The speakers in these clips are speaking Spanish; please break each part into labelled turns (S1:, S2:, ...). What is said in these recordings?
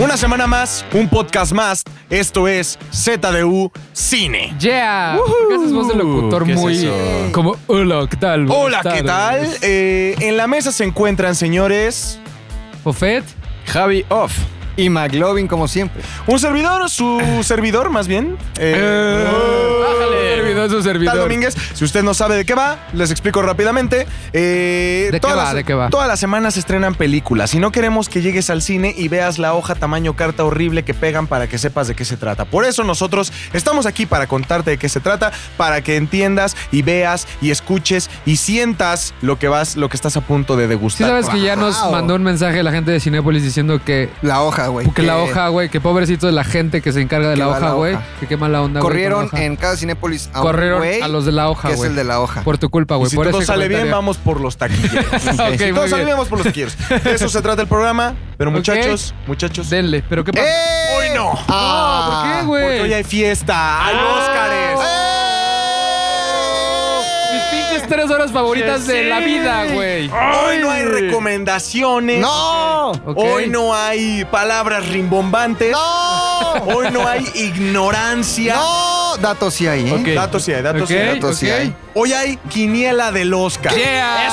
S1: Una semana más, un podcast más. Esto es ZDU Cine.
S2: Yeah. Porque esa es voz de locutor
S1: ¿Qué es
S2: muy
S1: eso?
S2: como hola, ¿qué tal? Buenas
S1: Hola, ¿qué tal?
S2: tardes".
S1: Eh, en la mesa se encuentran, señores,
S2: Buffet.
S3: Javi Off y McLovin como siempre.
S1: un servidor, su servidor más bien. Eh,
S2: Bájale. Servidor, su
S1: Tal
S2: servidor.
S1: Domínguez. Si usted no sabe de qué va, les explico rápidamente. Eh,
S2: ¿De qué
S1: todas
S2: va?
S1: las-
S2: ¿De qué va?
S1: Todas las semanas se estrenan películas y no queremos que llegues al cine y veas la hoja tamaño carta horrible que pegan para que sepas de qué se trata. Por eso nosotros estamos aquí para contarte de qué se trata, para que entiendas y veas y escuches y sientas lo que vas, lo que estás a punto de
S2: Sí
S1: degustar.
S2: sabes que ya nos
S3: Wow.
S2: mandó un mensaje la gente de Cinépolis diciendo que
S3: La hoja, güey.
S2: que la hoja, güey, que pobrecito de la gente que se encarga de
S3: Que
S2: la
S3: va
S2: hoja,
S3: la
S2: güey,
S3: hoja.
S2: que qué mala onda, güey,
S3: Corrieron
S2: con la hoja.
S3: en cada Cinépolis a un
S2: corrieron
S3: güey
S2: a los de la hoja,
S3: que
S2: güey.
S3: es el de la hoja.
S2: Por tu culpa,
S1: Y
S2: güey,
S1: si
S2: por
S1: todo
S2: ese
S1: sale bien,
S2: comentario.
S1: vamos por los taquilleros.
S2: Ok,
S1: si todo
S2: muy
S1: sale bien,
S2: bien.
S1: vamos por los taquilleros. De eso se trata el programa. Pero
S2: Ok.
S1: muchachos, muchachos.
S2: Denle, pero qué pasa?
S3: ¡Eh!
S1: Hoy no.
S2: No,
S3: Ah.
S2: ¿por qué,
S1: Porque hoy
S2: güey?
S1: hay fiesta, hay
S2: Ah.
S1: Óscares.
S2: Mis pinches tres horas favoritas
S1: Sí.
S2: de la vida, güey.
S1: Hoy no hay recomendaciones.
S3: ¡Eh! ¡No!
S2: Ok.
S1: Hoy no hay palabras rimbombantes.
S3: ¡No!
S1: Hoy no hay ignorancia.
S3: ¡No! Datos sí hay, ¿eh?
S2: Ok.
S1: Datos sí hay, datos sí hay.
S2: Ok,
S3: datos sí
S2: ok.
S3: hay.
S1: Hoy hay quiniela del Oscar.
S2: Yeah.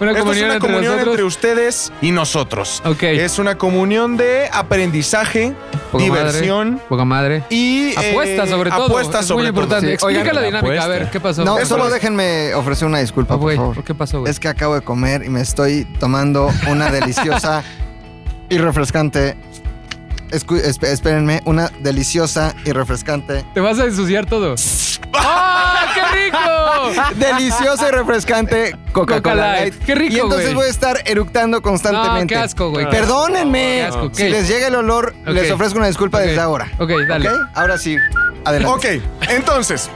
S2: Una
S1: Esto es
S2: comunión
S1: una
S2: entre
S1: comunión entre
S2: nosotros.
S1: ustedes y nosotros.
S2: Ok.
S1: Es una comunión de aprendizaje,
S2: Poca
S1: diversión
S2: madre, poca madre.
S1: y eh,
S2: Apuestas sobre todo.
S1: Apuestas
S2: es
S1: sobre
S2: muy importante.
S3: todo. Sí,
S2: Explica
S3: oigan,
S2: la dinámica.
S1: apuesta.
S2: A ver, ¿qué pasó?
S3: No,
S2: ¿Qué
S3: solo
S2: pasó?
S3: déjenme ofrecer una disculpa,
S2: Ah,
S3: por
S2: güey,
S3: favor.
S2: ¿Qué pasó, güey?
S3: Es que acabo de comer y me estoy tomando una deliciosa y refrescante. escu- esp- espérenme, una deliciosa y refrescante.
S2: Te vas a ensuciar todo. ¡Ah, qué rico!
S3: Deliciosa y refrescante Coca-Cola
S2: Coca
S3: Light.
S2: Light. Qué rico,
S3: Y entonces
S2: güey.
S3: voy a estar eructando
S2: No,
S3: constantemente.
S2: qué asco, güey. Qué
S3: Perdónenme.
S2: asco, ok.
S3: Si les llega el olor,
S2: Ok.
S3: les ofrezco una disculpa
S2: Ok.
S3: desde ahora.
S2: Ok, dale.
S3: ¿Ok? Ahora sí. Adelante.
S1: Ok, entonces,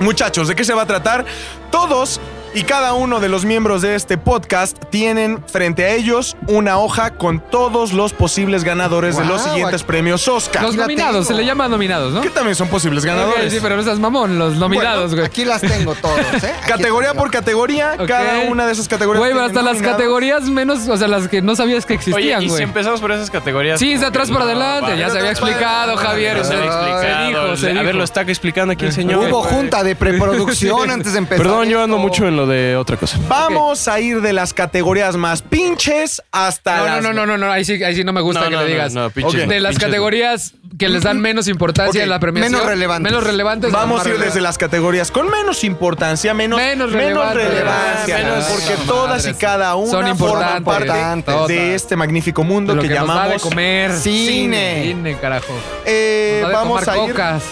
S1: muchachos, ¿de qué se va a tratar? Todos y cada uno de los miembros de este podcast tienen frente a ellos una hoja con todos los posibles ganadores de los
S3: Guau,
S1: siguientes premios Oscar.
S2: Los
S3: la
S2: nominados, se
S3: tengo.
S2: le llama nominados, ¿no?
S1: Que también son posibles
S2: Ok,
S1: ganadores.
S2: sí, pero no seas mamón, los nominados, güey.
S3: Aquí las tengo todos, ¿eh? Aquí
S1: Categoría
S3: tengo.
S1: por categoría,
S2: Ok.
S1: cada una de esas categorías.
S2: Güey, pero
S1: tiene
S2: hasta las
S1: nominados.
S2: categorías menos, o sea, las que no sabías que
S4: Oye,
S2: existían,
S4: y si
S2: güey.
S4: empezamos por esas categorías.
S2: Sí, de atrás para
S4: No,
S2: adelante,
S4: va,
S2: ya
S4: de
S2: se había
S4: atrás para
S2: explicado,
S4: adelante,
S2: Javier.
S4: ya se había
S3: Ay,
S4: explicado.
S2: se dijo, se
S4: A
S2: dijo.
S4: ver, lo está explicando aquí el señor.
S3: Hubo
S4: güey.
S3: junta de preproducción antes de empezar.
S4: Perdón, yo ando
S3: esto.
S4: mucho en lo de otra cosa.
S1: Vamos a ir de las categorías más pinches hasta
S2: No, no,
S1: las.
S2: no, no, no, no, ahí sí, ahí sí no me gusta
S4: No,
S2: que
S4: no,
S2: le
S4: no,
S2: digas.
S4: no,
S2: de
S4: pinches no,
S2: las
S4: pinches
S2: categorías que les dan menos importancia
S3: Ok,
S2: en la premiación.
S3: menos relevantes.
S2: Menos relevantes.
S1: Vamos
S2: más
S1: a ir desde
S2: relevantes.
S1: las categorías con menos importancia, menos,
S2: Menos relevante.
S1: relevancia,
S4: Menos-
S1: porque
S2: Menos
S1: todas y
S2: madres.
S1: cada una
S2: Son
S1: forman parte
S3: importantes.
S1: de este magnífico mundo
S2: Lo
S1: que,
S2: que, nos va de
S1: llamamos.
S2: comer.
S3: cine.
S2: Cine, carajo.
S1: Eh,
S2: Nos va de
S1: vamos a
S2: tomar
S1: ir,
S2: cocas.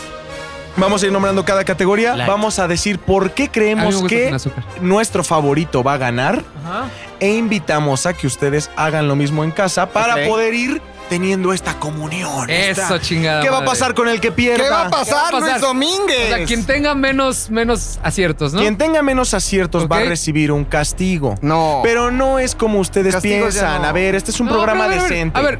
S1: vamos a ir nombrando cada categoría.
S4: Light.
S1: Vamos a decir por qué
S2: A mí me
S1: creemos
S2: gusta
S1: que
S2: sin azúcar.
S1: nuestro favorito va a ganar
S2: Ajá.
S1: e invitamos a que ustedes hagan lo mismo en casa para
S3: Ok.
S1: poder ir teniendo esta comunión.
S2: Eso,
S1: esta-
S2: chingada.
S1: ¿Qué va a
S2: madre.
S1: pasar con el que pierda?
S3: ¿Qué va a pasar,
S2: ¿Qué va a pasar?
S3: Luis Domínguez?
S2: O sea, quien tenga menos, menos aciertos, ¿no?
S1: Quien tenga menos aciertos va a
S2: Ok.
S1: recibir un castigo.
S3: No.
S1: Pero no es como ustedes
S3: Castigos ya
S1: piensan.
S3: no.
S1: A ver, este es un
S2: No,
S1: programa
S2: pero a ver, a ver,
S1: decente.
S2: A ver,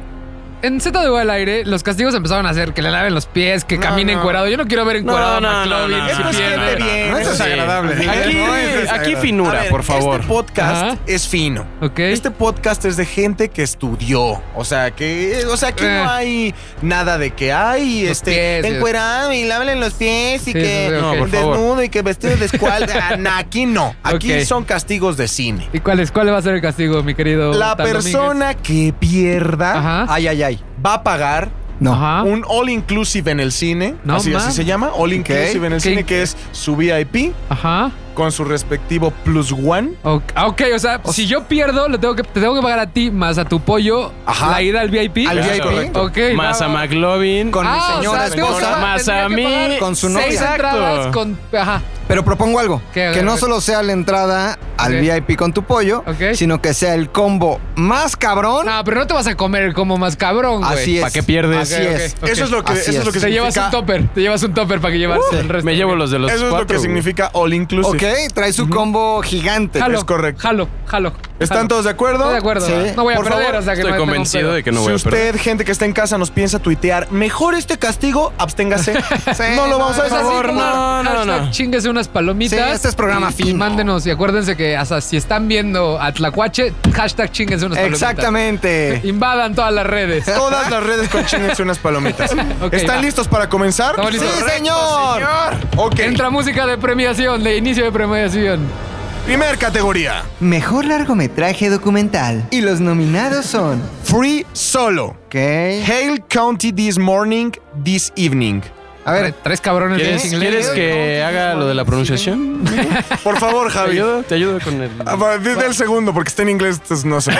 S2: en Z al aire, los castigos empezaron a ser que le laven los pies, que
S1: No,
S2: camine
S1: no.
S2: encuerado. Yo no quiero ver encuerado
S4: no,
S2: a McLovin.
S4: no, no,
S2: si
S1: esto es
S4: no,
S2: pierde.
S1: gente
S4: no,
S1: bien.
S3: no, eso es
S1: Sí.
S3: agradable.
S1: Sí.
S4: Aquí,
S3: No, es desagradable.
S4: aquí
S1: A
S4: finura,
S1: ver,
S4: por favor.
S1: Este podcast
S2: Ajá.
S1: es fino.
S2: Ok.
S1: Este podcast es de gente que estudió. O sea, que. O sea, aquí
S2: Eh.
S1: no hay nada de que hay.
S2: Los
S1: este.
S2: pies, Dios.
S1: encuerado y lávenle los pies y
S2: Sí,
S1: que.
S2: sí, sí, ok. No, por
S4: favor.
S1: desnudo y que vestido de escuadra. Nah, aquí no. Aquí
S2: Ok.
S1: son castigos de cine.
S2: ¿Y cuál, es, cuál va a ser el castigo, mi querido?
S1: La
S2: Tan
S1: persona que pierda
S2: Ajá.
S3: Ay, ay, ay.
S1: va a pagar
S3: No.
S2: Ajá.
S1: un all inclusive en el cine.
S2: Ah. No
S1: así, así
S2: mames.
S1: se llama, all inclusive en el
S2: Ok.
S1: cine, que es su VIP
S2: Ajá.
S1: con su respectivo plus one.
S2: Ok, ah, ok, o sea, si yo pierdo, le tengo que, te tengo que pagar a ti más a tu pollo
S1: Ajá.
S2: la ida al VIP.
S3: Al
S4: Claro,
S3: VIP.
S4: correcto.
S2: Ok.
S4: Más
S2: va,
S4: a
S2: va.
S4: McLovin.
S3: Con
S2: Ah,
S3: mi
S2: o
S3: señora
S2: sea, tengo que
S3: esposa.
S2: pagar-
S4: Más a
S2: tendría que
S4: mí.
S2: pagar
S3: Con su
S2: Seis
S3: novia.
S2: entradas
S4: Exacto.
S2: con. Ajá.
S3: Pero propongo algo.
S2: ¿Qué? A ver,
S3: Que
S2: a
S3: no
S2: ver.
S3: solo sea la entrada al
S2: Ok.
S3: VIP con tu pollo,
S2: Ok. Ah,
S3: sino que sea el combo más cabrón.
S2: No, pero no te vas a comer como más cabrón, güey.
S3: así es.
S4: ¿Para qué pierdes?
S3: Así
S2: Ok,
S3: es.
S2: ok.
S1: Eso es lo que,
S3: Así
S1: eso es lo que
S2: Te llevas
S1: significa.
S2: un topper. Te llevas un topper para que llevarse el resto.
S4: Me llevo los de los
S1: eso es lo
S4: cuatro.
S1: que
S4: güey.
S1: significa all inclusive.
S3: Ok, trae su combo gigante.
S2: Jalo,
S1: Es correcto.
S2: Jalo, jalo.
S1: ¿Están todos de acuerdo?
S2: Estoy de acuerdo.
S3: Sí.
S2: No voy a
S1: Por
S2: perder,
S1: favor,
S2: o sea que
S4: Estoy
S2: no tengo un
S4: convencido
S2: pedo.
S4: de que no
S1: si
S4: voy a perder.
S1: usted, gente que está en casa, nos piensa tuitear, mejor este castigo, absténgase. no lo vamos a
S3: no,
S2: Es Pues así
S1: hacer.
S4: favor,
S2: como
S4: no, no,
S2: hashtag
S4: no.
S2: Chíngase unas palomitas.
S3: Sí, este es programa
S2: y- Y
S3: fino.
S2: mándenos. Y acuérdense que hasta si están viendo a Tlacuache, hashtag chinguese unas palomitas.
S1: Exactamente.
S2: Invadan todas las redes.
S1: Todas las redes con chingues unas palomitas.
S2: Ok,
S1: ¿Están
S2: va.
S1: listos para comenzar?
S2: Estamos listos.
S1: ¡Sí,
S2: Correcto,
S1: señor! Ok.
S2: Entra música de premiación, de inicio de premiación.
S1: Primer categoría.
S3: Mejor largometraje documental. Y los nominados son.
S1: Free Solo.
S3: Ok.
S1: Hale County This Morning, This Evening.
S3: A ver,
S2: Tres cabrones de
S4: ¿Quieres,
S2: inglés.
S4: quieres que haga lo de la pronunciación?
S1: Por favor,
S4: Te
S1: Javi.
S4: ayudo, te ayudo con el...
S1: A partir del segundo, porque está en inglés, entonces no sé.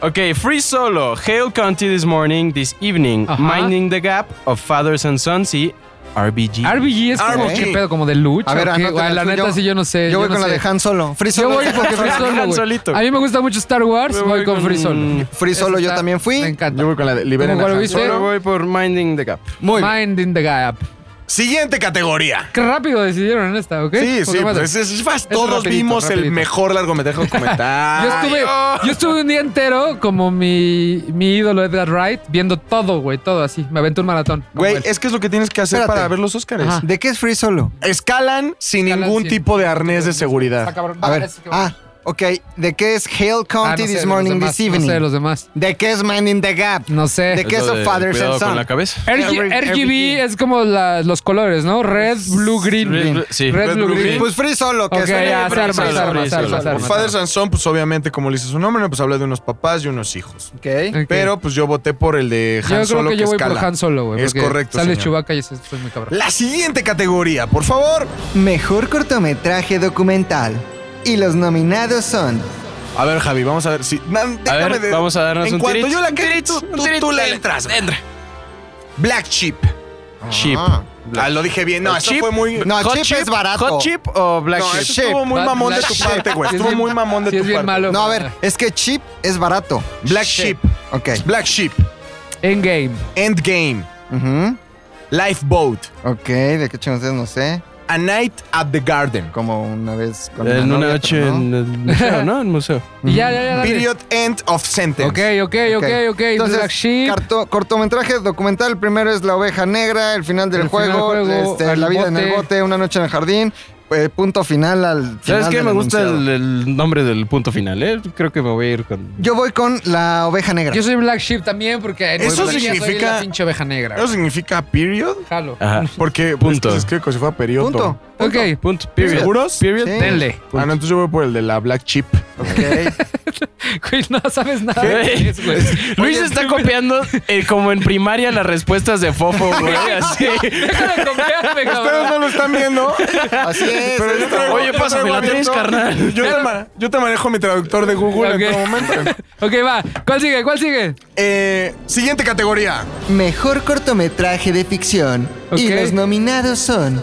S4: Ok, Free Solo, Hail County This Morning, This Evening,
S2: Ajá.
S4: Minding the Gap of Fathers and Sons y RBG.
S2: RBG es como,
S1: RBG.
S2: ¿qué pedo? Como de lucha.
S3: a ver,
S2: ¿o qué?
S3: anótenla
S2: Güey, La
S3: tú,
S2: neta, sí, yo no sé.
S3: Yo, voy
S2: no
S3: con la
S2: sé.
S3: de Han Solo. Free
S2: Yo
S3: Solo.
S2: voy porque Free Solo,
S4: Han
S2: güey.
S4: solito.
S2: A mí me gusta mucho Star Wars,
S4: Me
S2: voy, con Free Solo.
S3: Free Solo,
S2: Esa
S3: yo
S2: está-
S3: también fui.
S2: Me encanta.
S1: voy con la de
S2: Liberen ¿Cómo a cuál Han viste?
S4: Solo voy por Minding the Gap.
S3: Muy bien.
S2: Mind in the Gap.
S1: Siguiente categoría.
S2: Qué rápido decidieron en esta, ¿ok?
S1: Sí,
S2: Porque
S1: sí,
S2: más-
S1: pues es, es fast.
S2: Es
S1: Todos
S2: rapidito,
S1: vimos el
S2: rapidito.
S1: mejor largometraje documental.
S2: Yo estuve, yo estuve un día entero como mi, mi ídolo Edgar Wright, viendo todo, güey, todo así. Me aventé un maratón. como
S1: Güey,
S2: él.
S1: es que es lo que tienes que hacer
S3: Espérate.
S1: para ver los Óscares.
S2: Ajá.
S3: ¿De qué es Free Solo?
S1: Escalan sin
S2: Escalan
S1: ningún
S2: sin-
S1: tipo de arnés de seguridad.
S2: Está cabrón.
S3: A ver.
S2: es que-
S3: Ah, ok. ¿De qué es Hail
S2: Ah,
S3: County
S2: no sé de
S3: This
S2: los
S3: Morning,
S2: demás,
S3: This Evening?
S2: No sé de los demás.
S3: ¿De qué es Minding the Gap?
S2: No sé.
S3: ¿De qué es
S4: lo
S3: of Fathers
S4: cuidado
S3: and
S4: con la
S3: Sons?
S4: cabeza.
S2: RG-
S3: RG-
S2: RGB es como la- los colores, ¿no? Red, blue, green.
S4: Red, sí.
S2: Red, blue,
S1: blue,
S2: green.
S1: green.
S3: Pues Free Solo, que
S2: Ok,
S3: suena
S2: ya,
S3: Free
S2: se arma,
S4: Solo,
S2: se arma, se arma, se
S1: Por
S2: arma.
S1: Father Sansón, pues obviamente, como le dice su nombre, pues habla de unos papás y unos hijos.
S3: Solo. Ok.
S2: Ok.
S1: Pero pues yo voté por el de Han
S2: yo creo
S1: Solo
S2: que yo voy
S1: escala.
S2: por Han Solo, güey.
S1: Es
S2: porque
S1: correcto,
S2: Sale
S1: señor.
S2: Chubaca y eso es muy cabrón.
S1: La siguiente categoría, por favor.
S3: Mejor cortometraje documental. Y los nominados son.
S1: A ver, Javi, vamos a ver si. Man,
S4: A
S1: déjame
S4: ver,
S1: de-
S4: vamos a darnos
S1: en
S4: un
S1: cuanto
S4: tirito.
S1: yo la cague, tú, tú- tú le entras.
S4: Entra.
S1: Black Sheep.
S4: Chip.
S3: Ah.
S1: Ah, lo dije bien. No,
S4: Black
S1: eso
S4: Sheep.
S1: fue muy.
S3: No, chip, es barato.
S4: ¿Hot chip o black
S1: No,
S4: chip?
S1: eso estuvo muy
S2: Black-
S1: mamón de
S2: Black
S1: tu
S2: Sheep.
S1: parte, güey.
S2: Sí, es
S1: Estuvo
S2: bien-
S1: muy mamón de
S2: sí,
S1: tu
S2: es bien
S1: parte.
S2: malo.
S3: No, a ver, es que chip es barato.
S1: Black Sheep.
S3: Ok.
S1: Black Sheep.
S2: Endgame.
S1: Endgame.
S3: Ujú.
S1: Lifeboat.
S3: Ok, ¿de qué chingados es? No sé.
S1: A Night at the Garden.
S3: Como una vez con
S4: En
S3: una
S4: una
S3: novia,
S4: noche
S3: pero no.
S4: en el museo, ¿no? En el museo.
S2: Y ya, ya, ya. dale.
S1: Period end of sentence.
S2: Ok, ok, ok, ok.
S3: Entonces,
S2: Black Sheep.
S3: carto- cortometraje documental. El primero es La Oveja Negra, el final del
S2: El final
S3: juego,
S2: del juego,
S3: este,
S2: el
S3: La vida en el
S2: bote.
S3: bote, Una noche en el jardín. eh, punto final al final.
S4: ¿Sabes qué?
S3: del
S4: Me gusta
S3: enunciado.
S4: el, el nombre del punto final, ¿eh? Creo que me voy a ir con...
S3: Yo voy con La Oveja Negra.
S2: Yo soy Black Sheep también porque en
S1: Eso
S2: Black Sheep soy
S1: significa-
S2: la pinche oveja negra.
S1: ¿Eso significa period?
S2: Jalo.
S4: Ajá.
S1: Porque
S4: Punto.
S1: punto. Es que se fue a periodo.
S3: Punto.
S1: Ah,
S2: Ok, pues,
S4: Punto. Period.
S1: ¿Seguros?
S4: Period.
S3: Sí.
S2: denle.
S1: Ah, no, entonces yo voy por el de la Black Chip.
S3: Ok.
S2: Güey, no sabes nada.
S4: ¿Qué?
S2: de eso, güey.
S4: Luis está copiando eh, como en primaria las respuestas de Fofo, güey. Así.
S2: Deja de copiarme,
S1: Ustedes
S2: cabrón.
S1: no lo están viendo.
S3: Así es.
S1: Pero yo traigo-
S4: Oye,
S1: yo
S4: pásame
S1: traigo
S4: la tres,
S1: abierto-
S4: carnal.
S1: Yo te, ma- yo te manejo mi traductor de Google en
S2: Ok.
S1: todo momento.
S2: Ok, va. ¿Cuál sigue? ¿Cuál sigue?
S1: Eh, siguiente categoría.
S3: Mejor cortometraje de ficción.
S2: Y Ok. los
S3: nominados son.